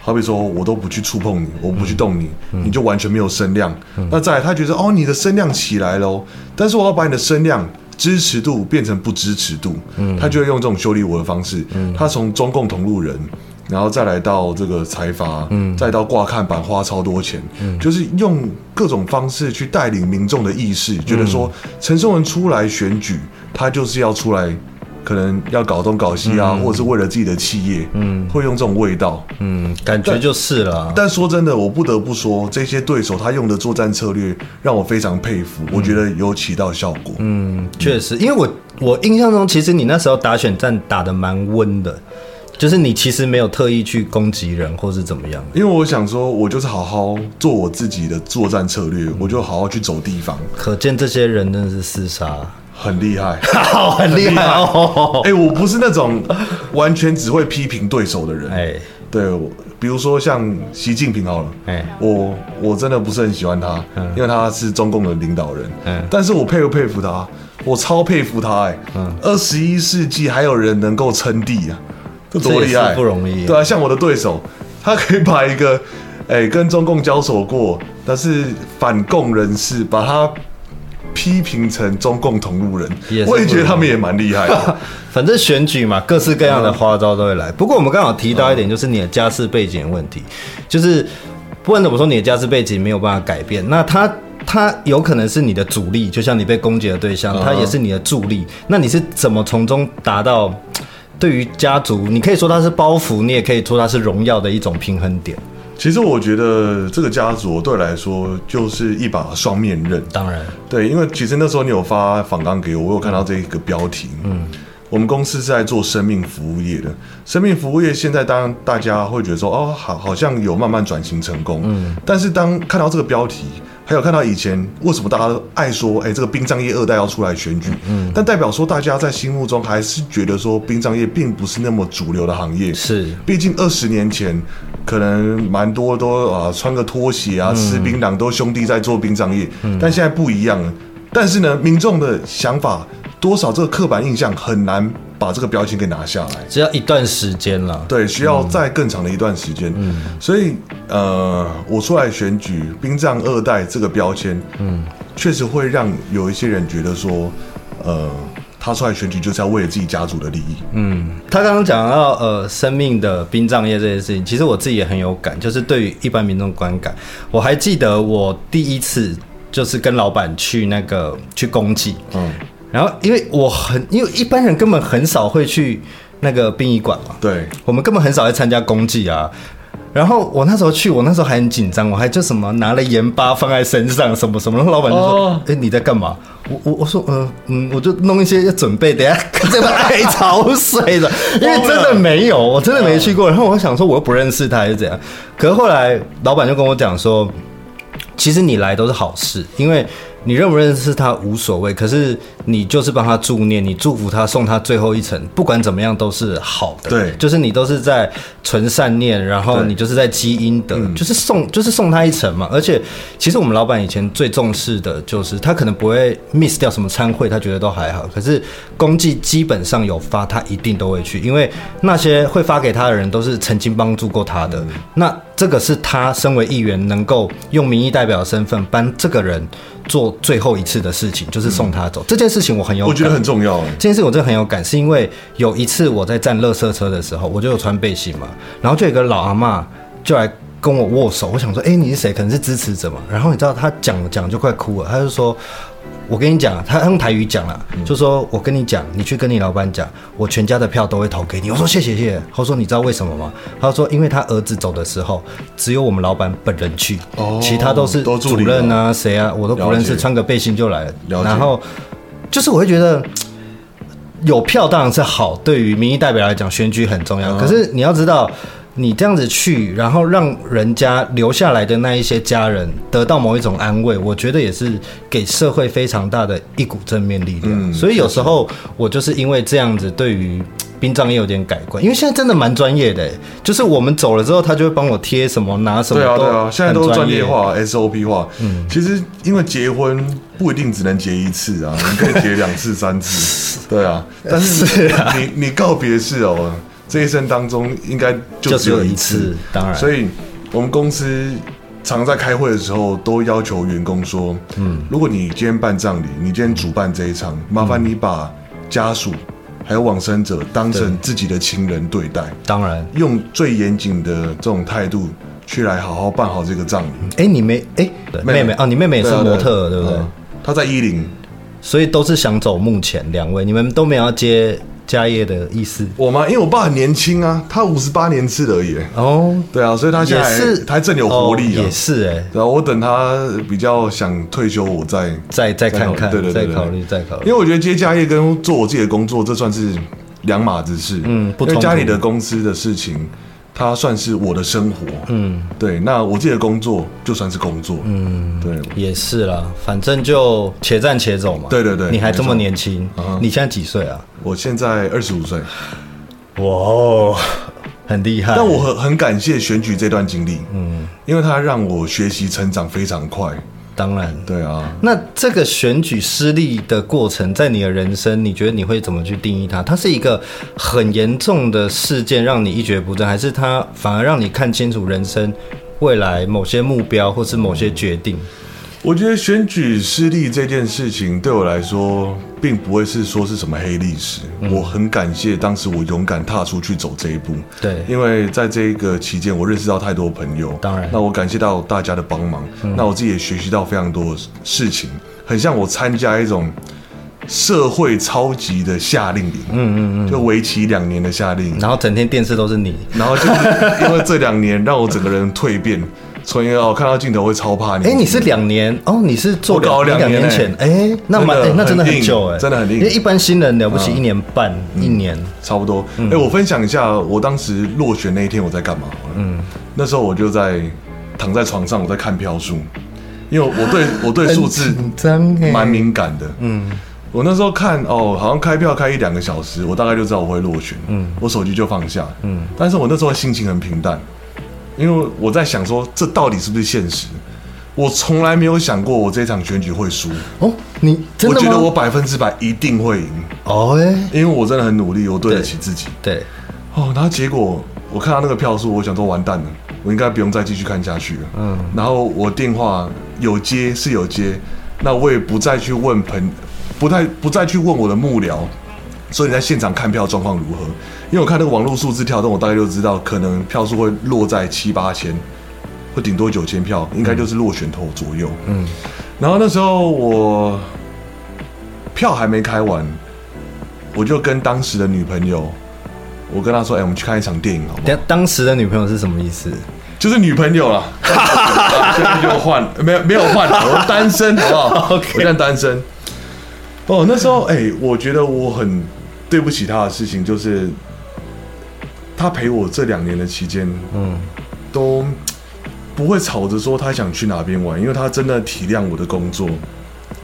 Speaker 2: 好比说我都不去触碰你，我不去动你，你就完全没有声量。那再来，他觉得哦，你的声量起来喽，但是我要把你的声量。支持度变成不支持度，他就会用这种修理我的方式。他从中共同路人，然后再来到这个财阀，再到挂看板花超多钱，就是用各种方式去带领民众的意识，觉得说陈胜文出来选举，他就是要出来，可能要搞东搞西啊，或者是为了自己的企业，会用这种味道。
Speaker 1: 嗯，感觉就是了啊。
Speaker 2: 但说真的，我不得不说，这些对手他用的作战策略让我非常佩服，我觉得有起到效果。
Speaker 1: 确实，因为我我印象中，其实你那时候打选战打的蛮温的，就是你其实没有特意去攻击人或是怎么样。
Speaker 2: 因为我想说，我就是好好做我自己的作战策略，我就好好去走地方，
Speaker 1: 可见这些人真的是厮杀，
Speaker 2: 很厉害。
Speaker 1: 好，很厉害 哦。
Speaker 2: 哎、我不是那种完全只会批评对手的人。
Speaker 1: 哎、
Speaker 2: 对，我比如说像习近平好了，
Speaker 1: 哎
Speaker 2: 我我真的不是很喜欢他，因为他是中共的领导人，
Speaker 1: 嗯
Speaker 2: 但是我佩不佩服他？我超佩服他、哎，
Speaker 1: 嗯
Speaker 2: 二十一世纪还有人能够称帝啊，这多厉
Speaker 1: 这也
Speaker 2: 害，
Speaker 1: 是不容易
Speaker 2: 对啊，像我的对手，他可以把一个， 哎、跟中共交手过，但是反共人士，把他。批评成中共同路人
Speaker 1: 也是，不
Speaker 2: 我也觉得
Speaker 1: 容易
Speaker 2: 他们也蛮厉害的。
Speaker 1: 反正选举嘛，各式各样的花招都会来。不过我们刚好提到一点，就是你的家世背景的问题，就是不管怎么说，你的家世背景没有办法改变，那他。他有可能是你的阻力，就像你被攻击的对象，他也是你的助力。那你是怎么从中达到对于家族，你可以说它是包袱，你也可以说它是荣耀的一种平衡点。
Speaker 2: 其实我觉得这个家族对我来说就是一把双面刃。
Speaker 1: 当然，
Speaker 2: 对，因为其实那时候你有发访纲给我，我有看到这一个标题，嗯，我们公司是在做生命服务业的，生命服务业现在当然大家会觉得说，哦，好，好像有慢慢转型成功。嗯，但是当看到这个标题，还有看到以前为什么大家都爱说，哎，这个殡葬业二代要出来选举，嗯，但代表说大家在心目中还是觉得说殡葬业并不是那么主流的行业。
Speaker 1: 是
Speaker 2: 毕竟二十年前，可能蛮多都啊穿个拖鞋啊吃槟榔都兄弟在做殡葬业，但现在不一样了。但是呢，民众的想法多少这个刻板印象很难把这个标签给拿下来。
Speaker 1: 只要一段时间了。
Speaker 2: 对，需要再更长的一段时间。所以呃，我出来选举“殡葬二代”这个标签，嗯，确实会让有一些人觉得说，呃，他出来选举就是要为了自己家族的利益。
Speaker 1: 他刚刚讲到呃生命的殡葬业这件事情，其实我自己也很有感，就是对于一般民众观感，我还记得我第一次就是跟老板去那个去公祭，
Speaker 2: 嗯，
Speaker 1: 然后因为我很因为一般人根本很少会去那个殡仪馆嘛，
Speaker 2: 对，
Speaker 1: 我们根本很少在参加公祭啊。然后我那时候去，我那时候还很紧张，我还就什么拿了盐巴放在身上，什么什么，然后老板就说：“哎、
Speaker 2: 哦
Speaker 1: 你在干嘛？”我我我说：“呃嗯，我就弄一些要准备，等一下这么爱潮水的，因为真的没有，我真的没去过。然后我想说，我又不认识他，还是怎样？可是后来老板就跟我讲说，其实你来都是好事，因为你认不认识他无所谓，可是你就是帮他助念，你祝福他，送他最后一程，不管怎么样都是好的。
Speaker 2: 对
Speaker 1: 就是你都是在存善念，然后
Speaker 2: 对嗯
Speaker 1: 你就是在积阴德，就是送就是送他一程嘛。而且其实我们老板以前最重视的就是他可能不会 miss 掉什么参会，他觉得都还好。可是公祭基本上有发，他一定都会去，因为那些会发给他的人都是曾经帮助过他的。
Speaker 2: 嗯
Speaker 1: 那这个是他身为议员能够用民意代表的身份帮这个人做最后一次的事情，就是送他走。这件事情我很有感，
Speaker 2: 嗯我觉得很重要。
Speaker 1: 这件事我真的很有感，是因为有一次我在站垃圾车的时候，我就有穿背心嘛，然后就有一个老阿嬷就来跟我握手，我想说，哎、你是谁？可能是支持者嘛。然后你知道她讲讲就快哭了，她就说。我跟你讲，她用台语讲了，
Speaker 2: 嗯
Speaker 1: 就说我跟你讲，你去跟你老板讲，我全家的票都会投给你。我说谢谢谢谢。她说你知道为什么吗？她说因为她儿子走的时候，只有我们老板本人去，
Speaker 2: 哦
Speaker 1: 其他都是
Speaker 2: 都助
Speaker 1: 主
Speaker 2: 理
Speaker 1: 任啊谁啊我都不认识，
Speaker 2: 了解
Speaker 1: 穿个背心就来了。
Speaker 2: 了解
Speaker 1: 然后就是我会觉得。有票当然是好，对于民意代表来讲，选举很重
Speaker 2: 嗯
Speaker 1: 要。可是你要知道，你这样子去，然后让人家留下来的那一些家人得到某一种安慰，我觉得也是给社会非常大的一股正面力量。
Speaker 2: 嗯
Speaker 1: 所以有时候我就是因为这样子，对于。殡葬业有点改观，因为现在真的蛮专业的，就是我们走了之后，他就会帮我贴什么拿什么
Speaker 2: 对啊，
Speaker 1: 都
Speaker 2: 对啊，现在都
Speaker 1: 很
Speaker 2: 是专
Speaker 1: 业
Speaker 2: 业。化、SOP 化。嗯，其实因为结婚不一定只能结一次 啊，你可以结两次、三次。对啊，但 是啊你你告别式哦，这一生当中应该就
Speaker 1: 就
Speaker 2: 只
Speaker 1: 只
Speaker 2: 有
Speaker 1: 有一
Speaker 2: 一次
Speaker 1: 次，当然
Speaker 2: 所以我们公司常在开会的时候都要求员工说，嗯，如果你今天办葬礼，你今天主办这一场，麻烦你把家属还有往生者当成自己的亲人对待。
Speaker 1: 当然，
Speaker 2: 用最严谨的这种态度去来好好办好这个葬礼。
Speaker 1: 哎、你妹，哎、对妹妹哦，你妹妹也是
Speaker 2: 对啊
Speaker 1: 模特儿，对不对？
Speaker 2: 嗯她在一零，
Speaker 1: 所以都是想走幕前两位，你们都没有要接家业的意思
Speaker 2: 我妈因为我爸很年轻啊，他五十八年次而已。
Speaker 1: 哦。
Speaker 2: 对啊，所以他现
Speaker 1: 也
Speaker 2: 在
Speaker 1: 是，
Speaker 2: 还正有活力
Speaker 1: 哦
Speaker 2: 啊
Speaker 1: 也。是哎、
Speaker 2: 然后我等他比较想退休，我再
Speaker 1: 再再看看，
Speaker 2: 对对对
Speaker 1: 再
Speaker 2: 对
Speaker 1: 考虑，再考
Speaker 2: 因为
Speaker 1: 虑。
Speaker 2: 我觉得接家业跟做我自己的工作，这算是两码子事。
Speaker 1: 嗯不
Speaker 2: 因
Speaker 1: 冲突
Speaker 2: 为家里的公司的事情，它算是我的生活。嗯，对。那我自己的工作就算是工作。嗯，对。
Speaker 1: 也是啦，反正就且战且走嘛。
Speaker 2: 对对对
Speaker 1: 你还这
Speaker 2: 没
Speaker 1: 么
Speaker 2: 错
Speaker 1: 年轻，你现在几岁啊？
Speaker 2: 我现在二十五岁，
Speaker 1: 哇哦，很厉害。
Speaker 2: 但我很很感谢选举这段经历，嗯，因为它让我学习成长非常快。
Speaker 1: 当然，
Speaker 2: 对啊，
Speaker 1: 那这个选举失利的过程，在你的人生，你觉得你会怎么去定义它？它是一个很严重的事件，让你一蹶不振，还是它反而让你看清楚人生未来某些目标或是某些决定？
Speaker 2: 我觉得选举失利这件事情对我来说，并不会是说是什么黑历史。我很感谢当时我勇敢踏出去走这一步，
Speaker 1: 对
Speaker 2: 因为在这个期间，我认识到太多朋友，
Speaker 1: 当然
Speaker 2: 那我感谢到大家的帮忙，那我自己也学习到非常多的事情，很像我参加一种社会超级的夏令营，嗯嗯嗯，就为期两年的夏令营，
Speaker 1: 然后整天电视都是你，
Speaker 2: 然后就是因为这两年让我整个人蜕变，纯爷哦，看到镜头会超怕你。
Speaker 1: 哎，你是两年哦？你是做
Speaker 2: 我搞了
Speaker 1: 你两
Speaker 2: 两年
Speaker 1: 年
Speaker 2: 欸
Speaker 1: 前？哎，那蛮
Speaker 2: 真的
Speaker 1: 哎，那真的
Speaker 2: 很
Speaker 1: 很
Speaker 2: 硬
Speaker 1: 久哎，
Speaker 2: 真的很硬
Speaker 1: 因为一般新人了不起一年半一年，
Speaker 2: 差不多。哎、我分享一下我当时落选那一天我在干嘛好了。那时候我就在躺在床上，我在看票数，因为我对我对嗯数字
Speaker 1: 很紧张欸
Speaker 2: 蛮敏感的。嗯，我那时候看哦，好像开票开一两个小时，我大概就知道我会落选。嗯，我手机就放下。嗯，但是我那时候心情很平淡，因为我在想说，这到底是不是现实？我从来没有想过我这场选举会输，
Speaker 1: 哦，你真
Speaker 2: 我
Speaker 1: 的
Speaker 2: 觉得我
Speaker 1: 吗？
Speaker 2: 百分之百一定会赢，
Speaker 1: 哦哎，
Speaker 2: 因为我真的很努力，我对得起自己。
Speaker 1: 对，
Speaker 2: 哦，然后结果我看到那个票数，我想说完蛋了，我应该不用再继续看下去了。嗯，然后我电话有接是有接，那我也不再去问朋，不太不再去问我的幕僚，所以你在现场看票状况如何？因为我看那个网络数字跳动，我大概就知道可能票数会落在七八千，会顶多九千票，应该就是落选头左右。嗯，然后那时候我票还没开完，我就跟当时的女朋友。我跟她说：“哎、我们去看一场电影好不好？”
Speaker 1: 等下当时的女朋友是什么意思？
Speaker 2: 就是女朋友了，现在就换，没有没有 换，我单身，好不好
Speaker 1: OK
Speaker 2: 我现在单身。哦，那时候哎、我觉得我很对不起她的事情就是，她陪我这两年的期间，嗯，都不会吵着说她想去哪边玩，因为她真的体谅我的工作，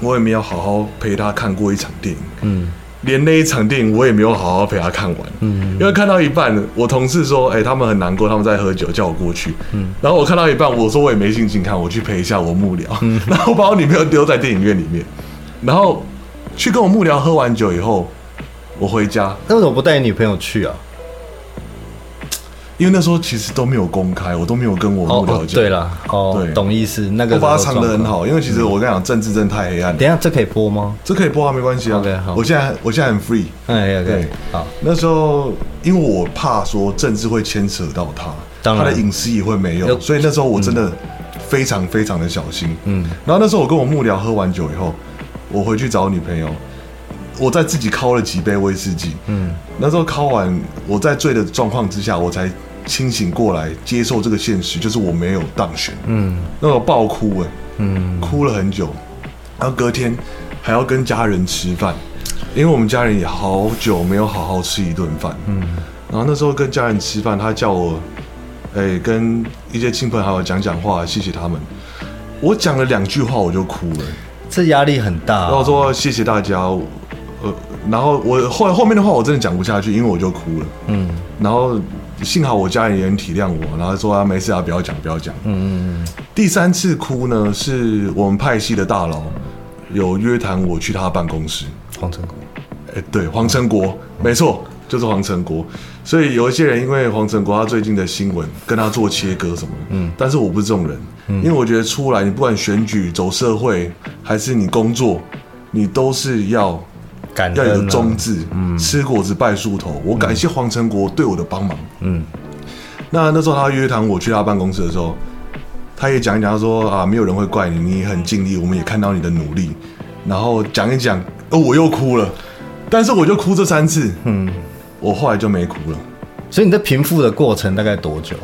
Speaker 2: 我也没有好好陪她看过一场电影，嗯。连那一场电影我也没有好好陪她看完，嗯，因为看到一半，我同事说，哎、他们很难过，他们在喝酒，叫我过去，嗯，然后我看到一半，我说我也没心情看，我去陪一下我幕僚，
Speaker 1: 嗯
Speaker 2: 然后把我女朋友丢在电影院里面，然后去跟我幕僚喝完酒以后，我回家，
Speaker 1: 那为什么不带女朋友去啊？
Speaker 2: 因为那时候其实都没有公开，我都没有跟我
Speaker 1: 哦
Speaker 2: 幕僚
Speaker 1: 哦，
Speaker 2: 讲。
Speaker 1: 对了，哦
Speaker 2: 对，
Speaker 1: 懂意思，那个
Speaker 2: 我把它
Speaker 1: 时候嗯
Speaker 2: 藏得很
Speaker 1: 状况。
Speaker 2: 好，因为其实我跟你讲，政治真的太黑暗了。
Speaker 1: 等一下这可以播吗？
Speaker 2: 这可以播啊，没关系啊。
Speaker 1: OK，好
Speaker 2: 我现在我现在很 free。
Speaker 1: 哎，OK，
Speaker 2: 对
Speaker 1: 好，
Speaker 2: 那时候因为我怕说政治会牵扯到他，
Speaker 1: 当然
Speaker 2: 他的隐私也会没有，
Speaker 1: 有
Speaker 2: 所以那时候我真的非常非常的小心。嗯，然后那时候我跟我幕僚喝完酒以后，我回去找我女朋友，我再自己敲了几杯威士忌。嗯，那时候敲完，我在醉的状况之下，我才清醒过来，接受这个现实，就是我没有当选。嗯，那时候爆哭哎、嗯，哭了很久，然后隔天还要跟家人吃饭，因为我们家人也好久没有好好吃一顿饭。嗯，然后那时候跟家人吃饭，他叫我，哎、跟一些亲朋好友讲讲话，谢谢他们。我讲了两句话我就哭了。
Speaker 1: 这压力很大啊。
Speaker 2: 然后说谢谢大家，我呃，然后我后后面的话我真的讲不下去，因为我就哭了。嗯，然后幸好我家人也很体谅我，然后说啊没事啊，不要讲不要讲。嗯嗯嗯。第三次哭呢，是我们派系的大佬有约谈我去他办公室。
Speaker 1: 黄成功，
Speaker 2: 哎，对，黄成国，没错，就是黄成国。所以有一些人因为黄成国他最近的新闻跟他做切割什么的，嗯，但是我不是这种人，因为我觉得出来你不管选举、走社会，还是你工作，你都是要
Speaker 1: 感
Speaker 2: 要
Speaker 1: 恩啊
Speaker 2: 有忠志，吃果子拜树头。我感谢黄成国对我的帮忙，嗯。那那时候他约谈我去他办公室的时候，他也讲一讲，他说啊，没有人会怪你，你很尽力，我们也看到你的努力。然后讲一讲，哦，我又哭了，但是我就哭这三次，嗯，我后来就没哭了，
Speaker 1: 所以你在平复的过程大概多久？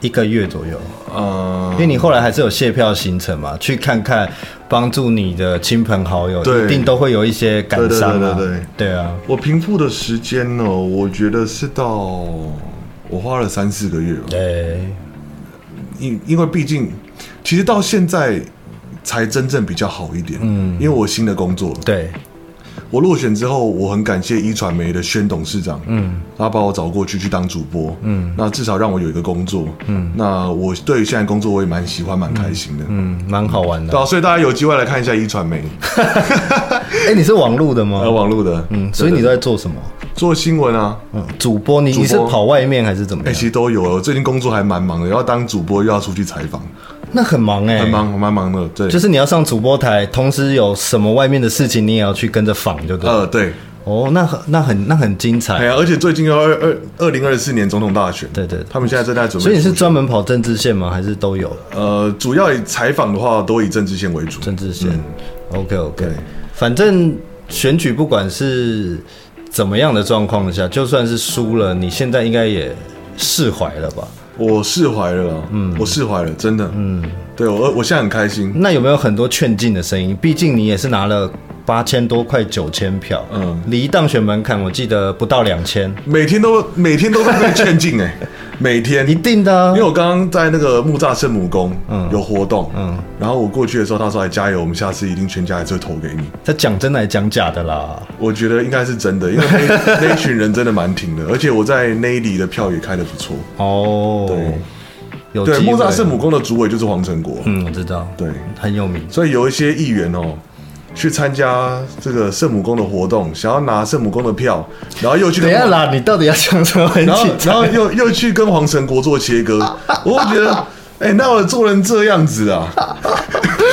Speaker 1: 一个月左右，
Speaker 2: 呃
Speaker 1: 因，为你后来还是有卸票行程嘛，去看看帮助你的亲朋好友，
Speaker 2: 对
Speaker 1: 一定都会有一些感伤啊，
Speaker 2: 对对对对
Speaker 1: 对啊，
Speaker 2: 我平复的时间呢，我觉得是到我花了三四个月吧，
Speaker 1: 对，
Speaker 2: 因因为毕竟，其实到现在才真正比较好一点。嗯，因为我新的工作了，
Speaker 1: 对，
Speaker 2: 我落选之后，我很感谢一传媒的宣董事长，嗯，他把我找过去去当主播，嗯，那至少让我有一个工作，嗯，那我对于现在工作我也蛮喜欢，蛮开心的。
Speaker 1: 嗯，蛮好玩的
Speaker 2: 对。啊，所以大家有机会来看一下一传媒，
Speaker 1: 哎，你是网路的吗
Speaker 2: 呃，？网络的，嗯，
Speaker 1: 嗯，所以你都在做什么？
Speaker 2: 做新闻啊，
Speaker 1: 嗯，主播，你
Speaker 2: 播
Speaker 1: 你是跑外面还是怎么
Speaker 2: 哎，
Speaker 1: 样
Speaker 2: 其？实都有。我最近工作还蛮忙的，要当主播，又要出去采访，
Speaker 1: 那很忙哎，
Speaker 2: 很。忙，蛮忙的。对，
Speaker 1: 就是你要上主播台，同时有什么外面的事情，你也要去跟着访，就对了。
Speaker 2: 呃，对，
Speaker 1: 哦，那很那很那很精彩
Speaker 2: 哎。呀，而且最近要二二二零二四年总统大选，
Speaker 1: 对对对
Speaker 2: 他们现在正在准备出选，
Speaker 1: 所以你是专门跑政治线吗？还是都有
Speaker 2: 呃，主要以采访的话，都以政治线为主。
Speaker 1: 政治线、o k OK，
Speaker 2: 嗯对
Speaker 1: 反正选举不管是怎么样的状况下，就算是输了，你现在应该也释怀了吧？
Speaker 2: 我释怀了啦，嗯，我释怀了，真的，嗯，对我我现在很开心，
Speaker 1: 那有没有很多劝进的声音？毕竟你也是拿了八千多块九千票，嗯
Speaker 2: 嗯，
Speaker 1: 离当选门槛我记得不到两千，
Speaker 2: 每天都每天都在被劝进哎、 每天
Speaker 1: 一定的啊、
Speaker 2: 因为我刚刚在那个木栅圣母宫有活动，嗯，然后我过去的时候，他说：“哎，加油，我们下次一定全家还是会投给你。
Speaker 1: 他讲真的还讲假的啦？”
Speaker 2: 我觉得应该是真的，因 为那那一群人真的蛮挺的，而且我在那一里的票也开的不错。
Speaker 1: 哦，
Speaker 2: 对，
Speaker 1: 有
Speaker 2: 对，
Speaker 1: 机会
Speaker 2: 木栅圣母宫的主委就是黄成国，
Speaker 1: 嗯，我知道，
Speaker 2: 对，
Speaker 1: 很有名，
Speaker 2: 所以有一些议员哦。去参加这个圣母宫的活动，想要拿圣母宫的票，然后又去
Speaker 1: 等
Speaker 2: 跟
Speaker 1: 一下啦，你到底要讲什么？很
Speaker 2: 然后
Speaker 1: 紧
Speaker 2: 然
Speaker 1: 张
Speaker 2: 后又又去跟黄成国做切割，我会觉得，哎、那我做人这样子啊，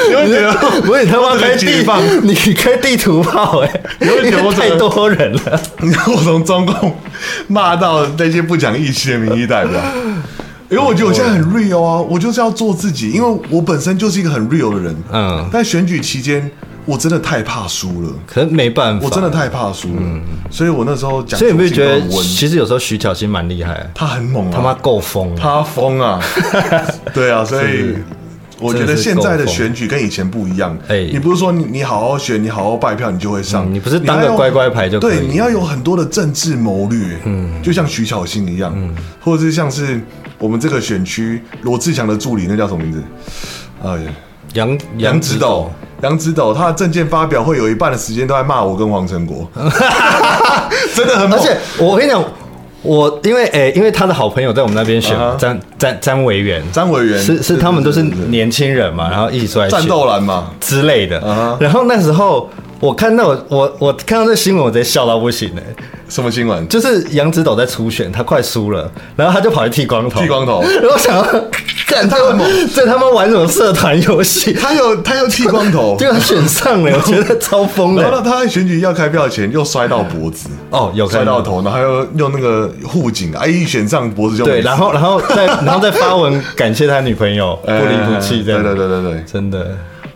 Speaker 2: 你会觉得
Speaker 1: 不是你他妈
Speaker 2: 我整
Speaker 1: 开
Speaker 2: 个
Speaker 1: 地
Speaker 2: 解放，
Speaker 1: 你开地图炮哎、
Speaker 2: 有一点我整
Speaker 1: 太
Speaker 2: 个
Speaker 1: 多人了。
Speaker 2: 你看我从中共骂到那些不讲义气的民意代表，因为我觉得我现在很 real 啊，我就是要做自己，因为我本身就是一个很 real 的人，
Speaker 1: 嗯
Speaker 2: 嗯，但选举期间我真的太怕输了。
Speaker 1: 可是没办法，
Speaker 2: 我真的太怕输了，所以我那时候讲，
Speaker 1: 嗯所以你不觉得
Speaker 2: 很温，
Speaker 1: 其实有时候徐巧芯蛮厉害的，
Speaker 2: 他很猛啊，
Speaker 1: 他妈够疯的。
Speaker 2: 他疯啊， 对啊，所以
Speaker 1: 是
Speaker 2: 我觉
Speaker 1: 真的
Speaker 2: 得
Speaker 1: 是
Speaker 2: 现
Speaker 1: 够
Speaker 2: 在的
Speaker 1: 疯
Speaker 2: 选举跟以前不一样。
Speaker 1: 哎
Speaker 2: 你不是说你你好好选，你好好拜票，你就会上，
Speaker 1: 嗯你不是当个
Speaker 2: 还要
Speaker 1: 乖乖牌就可以
Speaker 2: 对，你要有很多的政治谋略，嗯，就像徐巧芯一样，
Speaker 1: 嗯
Speaker 2: 或者是像是我们这个选区罗志祥的助理，那叫什么名字？哎呀，
Speaker 1: 杨
Speaker 2: 杨指导。杨指导，他的证件发表会有一半的时间都在骂我跟黄 成国，真的很
Speaker 1: 而
Speaker 2: 猛。
Speaker 1: 且我跟你讲，我因为诶、因为他的好朋友在我们那边选
Speaker 2: 啊哈
Speaker 1: 詹詹詹维元，
Speaker 2: 张委员
Speaker 1: 是是他们都是
Speaker 2: 对对对
Speaker 1: 年轻人嘛，然后一起出来
Speaker 2: 战
Speaker 1: 选
Speaker 2: 斗蓝嘛，
Speaker 1: 之类的
Speaker 2: 啊哈。
Speaker 1: 然后那时候我看到我我我看到这新闻，我直接笑到不行哎、
Speaker 2: 什么新闻？
Speaker 1: 就是杨指导在初选，他快输了，然后他就跑去剃光头，
Speaker 2: 剃光头
Speaker 1: 然后我想要，干他们在他们玩什么社团游戏，
Speaker 2: 他有他有剃光 头，
Speaker 1: 结果他选上了，我觉得超疯
Speaker 2: 然后
Speaker 1: 的。
Speaker 2: 他在选举要开票前又摔到脖子，
Speaker 1: 哦，有看
Speaker 2: 摔到。头，然后又用那个护颈，哎，一选上脖子就没
Speaker 1: 对，
Speaker 2: 事
Speaker 1: 然后然后再然后再发文感谢他女朋友不
Speaker 2: 哎
Speaker 1: 离不弃这样，
Speaker 2: 对对对对对，
Speaker 1: 真的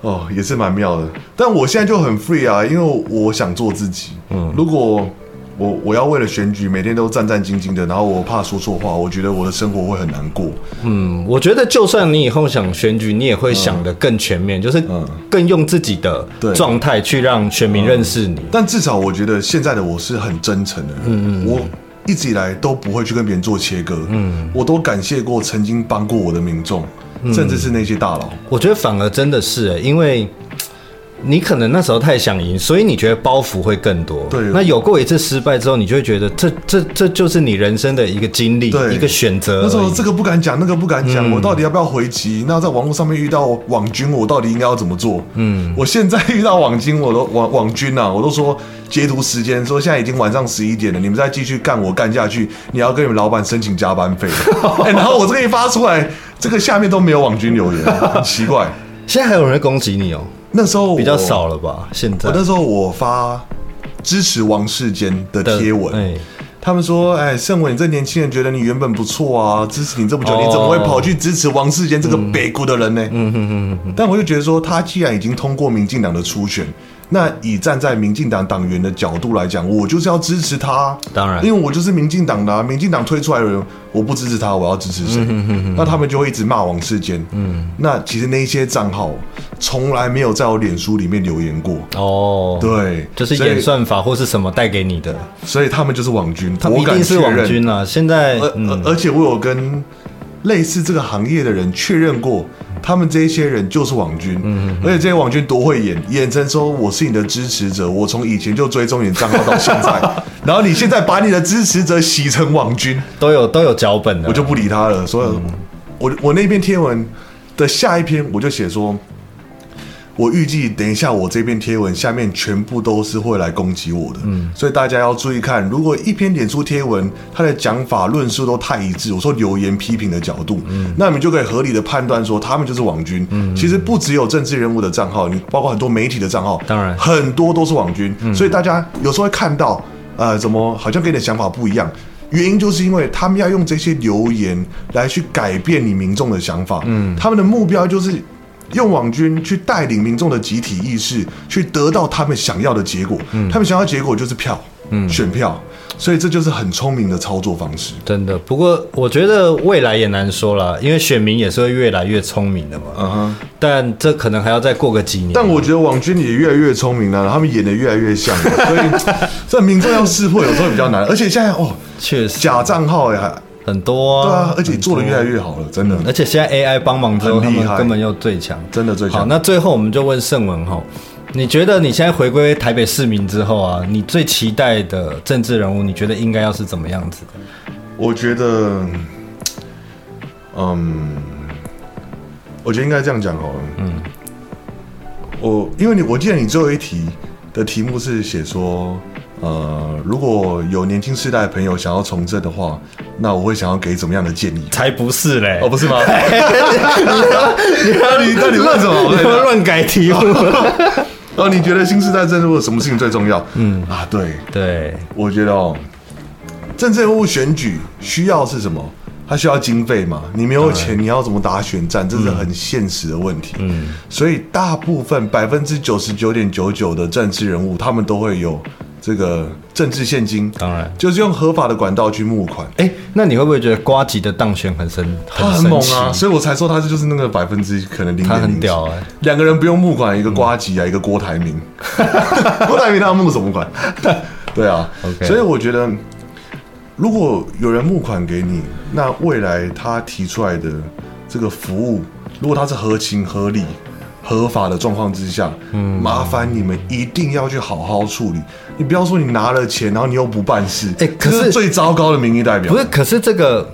Speaker 2: 哦，也是蛮妙的。但我现在就很 free 啊，因为我想做自己。嗯，如果我我要为了选举每天都战战兢兢的，然后我怕说错话，我觉得我的生活会很难过。
Speaker 1: 嗯，我觉得就算你以后想选举，你也会想得更全
Speaker 2: 嗯
Speaker 1: 面，就是更用自己的
Speaker 2: 对
Speaker 1: 状态去让选民认识你。
Speaker 2: 但至少我觉得现在的我是很真诚的人，我一直以来都不会去跟别人做切割，嗯，我都感谢过曾经帮过我的民众，甚至是那些大佬，
Speaker 1: 我觉得反而真的是、欸，因为你可能那时候太想赢，所以你觉得包袱会更多。
Speaker 2: 对
Speaker 1: 那有过一次失败之后，你就会觉得这这这就是你人生的一个经历，
Speaker 2: 对
Speaker 1: 一个选择而已。
Speaker 2: 那时候这个不敢讲，那个不敢讲，我到底要不要回击？那在网络上面遇到网军，我到底应该要怎么做？嗯，我现在遇到网军，我都网网军啊，我都说截图时间，说现在已经晚上十一点了，你们再继续干我干下去，你要跟你们老板申请加班 费了。哎然后我这个一发出来，这个下面都没有网军留言，很奇怪。
Speaker 1: 现在还有人攻击你哦、
Speaker 2: 那时候
Speaker 1: 比较
Speaker 2: 我
Speaker 1: 少了吧？现在
Speaker 2: 我那时候我发支持王世坚的贴文，
Speaker 1: 哎
Speaker 2: 他们说：“哎，盛伟，你这年轻人觉得你原本不错啊，支持你这么久，
Speaker 1: 哦
Speaker 2: 你怎么会跑去支持王世坚这个北国的人呢？”嗯嗯嗯。但我就觉得说，他既然已经通过民进党的初选，那以站在民进党党员的角度来讲，我就是要支持他。
Speaker 1: 当然
Speaker 2: 因为我就是民进党的、啊，民进党推出来的人，我不支持他，我要支持
Speaker 1: 嗯
Speaker 2: 谁？那他们就会一直骂王世坚。嗯。那其实那一些账号从来没有在我脸书里面留言过。
Speaker 1: 哦，，
Speaker 2: 对，
Speaker 1: 就是
Speaker 2: 所以
Speaker 1: 演算法或是什么带给你的，
Speaker 2: 所以他们就是网军，
Speaker 1: 他们
Speaker 2: 我
Speaker 1: 一
Speaker 2: 敢
Speaker 1: 定是网
Speaker 2: 确认呃
Speaker 1: 军啦。现在
Speaker 2: 而
Speaker 1: 嗯
Speaker 2: 而而且我有跟类似这个行业的人确认过，他们这一些人就是网军，而且这些网军多会演，演成说我是你的支持者，我从以前就追踪你的账号到现在， 然后你现在把你的支持者洗成网军，
Speaker 1: 都有都有脚本的，嗯
Speaker 2: 我就不理他了。所以我，我我那篇贴文的下一篇我就写说。我预计等一下，我这篇贴文下面全部都是会来攻击我的，
Speaker 1: 嗯
Speaker 2: 所以大家要注意看。如果一篇脸书贴文，它的讲法论述都太一致，我说留言批评的角度，
Speaker 1: 嗯
Speaker 2: 那你们就可以合理的判断说他们就是网军。其实不只有政治人物的账号，你包括很多媒体的账号，
Speaker 1: 当然
Speaker 2: 很多都是网军，所以大家有时候会看到，呃，怎么好像跟你的想法不一样。原因就是因为他们要用这些留言来去改变你民众的想法，嗯，他们的目标就是用网军去带领民众的集体意识，去得到他们想要的结果。他们想要的结果就是票，选票，所以这就是很聪明的操作方式。
Speaker 1: 真的，不过我觉得未来也难说了，因为选民也是会越来越聪明的嘛。但这可能还要再过个几年。
Speaker 2: 啊但我觉得网军也越来越聪明了，他们演的越来越像了，所以这民众要识破有时候比较难。而且现在哦，
Speaker 1: 确实
Speaker 2: 假账号呀，
Speaker 1: 很多
Speaker 2: 对啊
Speaker 1: 啊，，
Speaker 2: 而且做的越来越好了，真的。
Speaker 1: 而且现在 AI 帮忙之后，
Speaker 2: 很
Speaker 1: 他
Speaker 2: 厉害
Speaker 1: 们根本又最强，
Speaker 2: 真的最强
Speaker 1: 好，那最后我们就问盛文哈，你觉得你现在回归台北市民之后啊，你最期待的政治人物，你觉得应该要是怎么样子的？
Speaker 2: 我觉得，嗯，我觉得应该这样讲好了。嗯，我因为你我记得你最后一题的题目是写说，呃，如果有年轻世代的朋友想要从政的话，那我会想要给怎么样的建议？
Speaker 1: 才不是嘞！
Speaker 2: 哦，不 是吗？那你那你问什么？我
Speaker 1: 你
Speaker 2: 在
Speaker 1: 不要
Speaker 2: 想
Speaker 1: 乱改题目。
Speaker 2: 哦，你觉得新时代政治或者什么事情最重要？嗯啊，对，
Speaker 1: 对，
Speaker 2: 我觉得哦，政治人物选举需要是什么？它需要经费嘛？你没有钱，你要怎么打选战？这是很现实的问题。嗯，所以大部分百分之九十九点九九的政治人物，他们都会有这个政治现金，
Speaker 1: 当然
Speaker 2: 就是用合法的管道去募款。
Speaker 1: 哎，那你会不会觉得瓜吉的当选很神？
Speaker 2: 他很
Speaker 1: 神
Speaker 2: 猛
Speaker 1: 奇
Speaker 2: 啊，所以我才说他就是那个百分之可能零
Speaker 1: 他
Speaker 2: 点
Speaker 1: 很
Speaker 2: 零。
Speaker 1: 屌嗯哎
Speaker 2: 两个人不用募款，一个瓜吉啊，一个郭台铭。 郭台铭他募什么款？ 对啊
Speaker 1: OK
Speaker 2: 所以我觉得，如果有人募款给你，那未来他提出来的这个服务，如果他是合情合理、合法的状况之下，嗯，麻烦你们一定要去好好处理。你不要说你拿了钱，然后你又不办事，
Speaker 1: 哎可是
Speaker 2: 这最糟糕的民意代表
Speaker 1: 不是，可是这个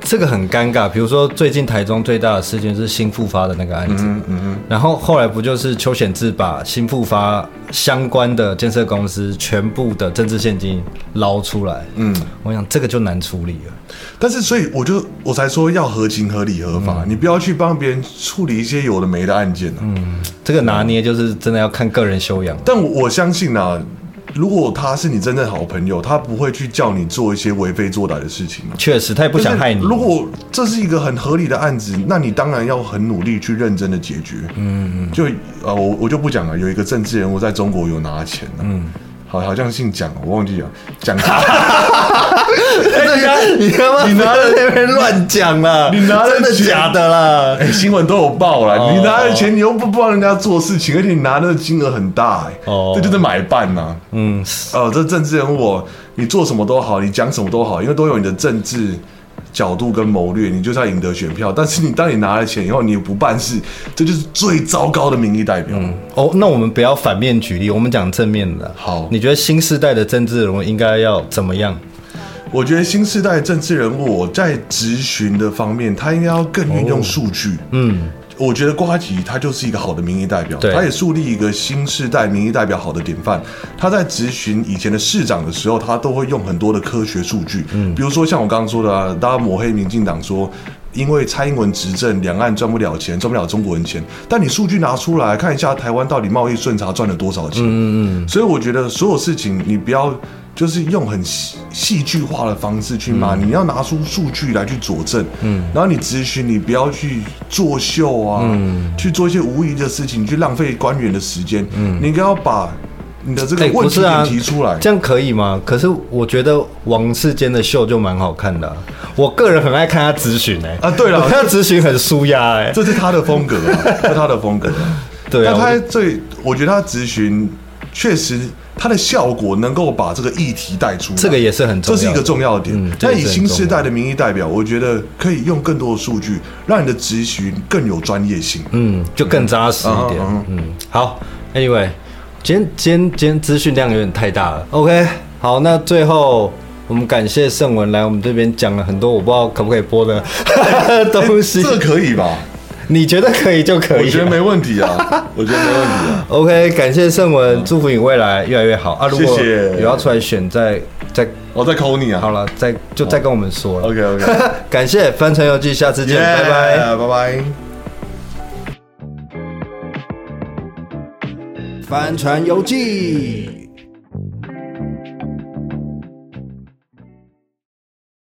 Speaker 1: 这个很尴尬。比如说，最近台中最大的事件是新复发的那个案
Speaker 2: 嗯
Speaker 1: 子，然后后来不就是邱显志把新复发相关的建设公司全部的政治现金捞出来？嗯，我想这个就难处理了。
Speaker 2: 但是，所以我就我才说要合情合理合法，你不要去帮别人处理一些有的没的案件、啊、
Speaker 1: 这个拿捏就是真的要看个人修养。
Speaker 2: 但我我相信啊，如果他是你真正好朋友，他不会去叫你做一些为非作歹的事情啊。
Speaker 1: 确实，他也不想害你。
Speaker 2: 但 是如果这是一个很合理的案子，那你当然要很努力去认真的解决。嗯嗯。就呃，我我就不讲了。有一个政治人物在中国有拿钱、啊，嗯，好好像姓蒋，我忘记了，蒋。
Speaker 1: 你他妈
Speaker 2: 你拿
Speaker 1: 不要在那边乱讲啦！
Speaker 2: 你拿了
Speaker 1: 真的
Speaker 2: 钱
Speaker 1: 假的啦？
Speaker 2: 哎、新闻都有报啦，
Speaker 1: 哦
Speaker 2: 你拿了钱，你又不帮人家做事情，而且你拿的金额很大、哎、
Speaker 1: 哦
Speaker 2: 这就是买办呐、啊。
Speaker 1: 嗯，
Speaker 2: 哦，这政治人物哦，你做什么都好，你讲什么都好，因为都有你的政治角度跟谋略，你就是要赢得选票。但是你当你拿了钱以后，你不办事，这就是最糟糕的民意代表。
Speaker 1: 哦，那我们不要反面举例，我们讲正面的。
Speaker 2: 好
Speaker 1: 你觉得新时代的政治人物应该要怎么样？
Speaker 2: 我觉得新时代政治人物我在质询的方面，他应该要更运用数据。嗯，我觉得瓜吉他就是一个好的民意代表，
Speaker 1: 对
Speaker 2: 他也树立一个新时代民意代表好的典范。他在质询以前的市长的时候，他都会用很多的科学数据，嗯，比如说像我刚刚说的、啊，大家抹黑民进党说。因为蔡英文执政，两岸赚不了钱，赚不了中国人钱。但你数据拿出来看一下，台湾到底贸易顺差赚了多少钱？所以我觉得所有事情你不要就是用很戏戏剧化的方式去骂，
Speaker 1: 嗯
Speaker 2: 你要拿出数据来去佐证，嗯，然后你咨询你不要去作秀啊，
Speaker 1: 嗯
Speaker 2: 去做一些无意义的事情，去浪费官员的时间，嗯，你应该要把你的这个
Speaker 1: 哎
Speaker 2: 问
Speaker 1: 不
Speaker 2: 题
Speaker 1: 是啊
Speaker 2: 点提出来，
Speaker 1: 这样可以吗？可是我觉得王世坚的秀就蛮好看的啊、我个人很爱看他咨询哎。
Speaker 2: 啊对了
Speaker 1: 我看他咨询很舒压哎、
Speaker 2: 这是他的风格、 啊，这是他的风格、啊。
Speaker 1: 对啊
Speaker 2: 但
Speaker 1: 我
Speaker 2: 他最，我觉得他咨询确实他的效果能够把这个议题带出来，
Speaker 1: 这个也是很重
Speaker 2: 这
Speaker 1: 要的
Speaker 2: 是一个重要的
Speaker 1: 嗯
Speaker 2: 点。
Speaker 1: 这
Speaker 2: 那
Speaker 1: 个是
Speaker 2: 以
Speaker 1: 很
Speaker 2: 新时
Speaker 1: 重要
Speaker 2: 代的民意代表，我觉得可以用更多的数据，让你的咨询更有专业性。
Speaker 1: 嗯，就更扎实一点。
Speaker 2: 嗯
Speaker 1: 嗯，好，Anyway，今天今天今天资讯量有点太大了。OK，好，那最后。我们感谢盛文来我们这边讲了很多我不知道可不可以播的 东西，
Speaker 2: 这个可以吧？
Speaker 1: 你觉得可以就可以啊。
Speaker 2: 我觉得没问题啊，我觉得没问题 啊。
Speaker 1: OK，感谢盛文，祝福你未来越来越好啊！如果
Speaker 2: 谢谢
Speaker 1: 有要出来选，再再
Speaker 2: 我在抠你啊。
Speaker 1: 好了，再就再跟我们说了。
Speaker 2: ，OK OK，
Speaker 1: 感谢《帆船游记》，下次见，拜拜。
Speaker 2: 拜拜。
Speaker 1: 帆船游记。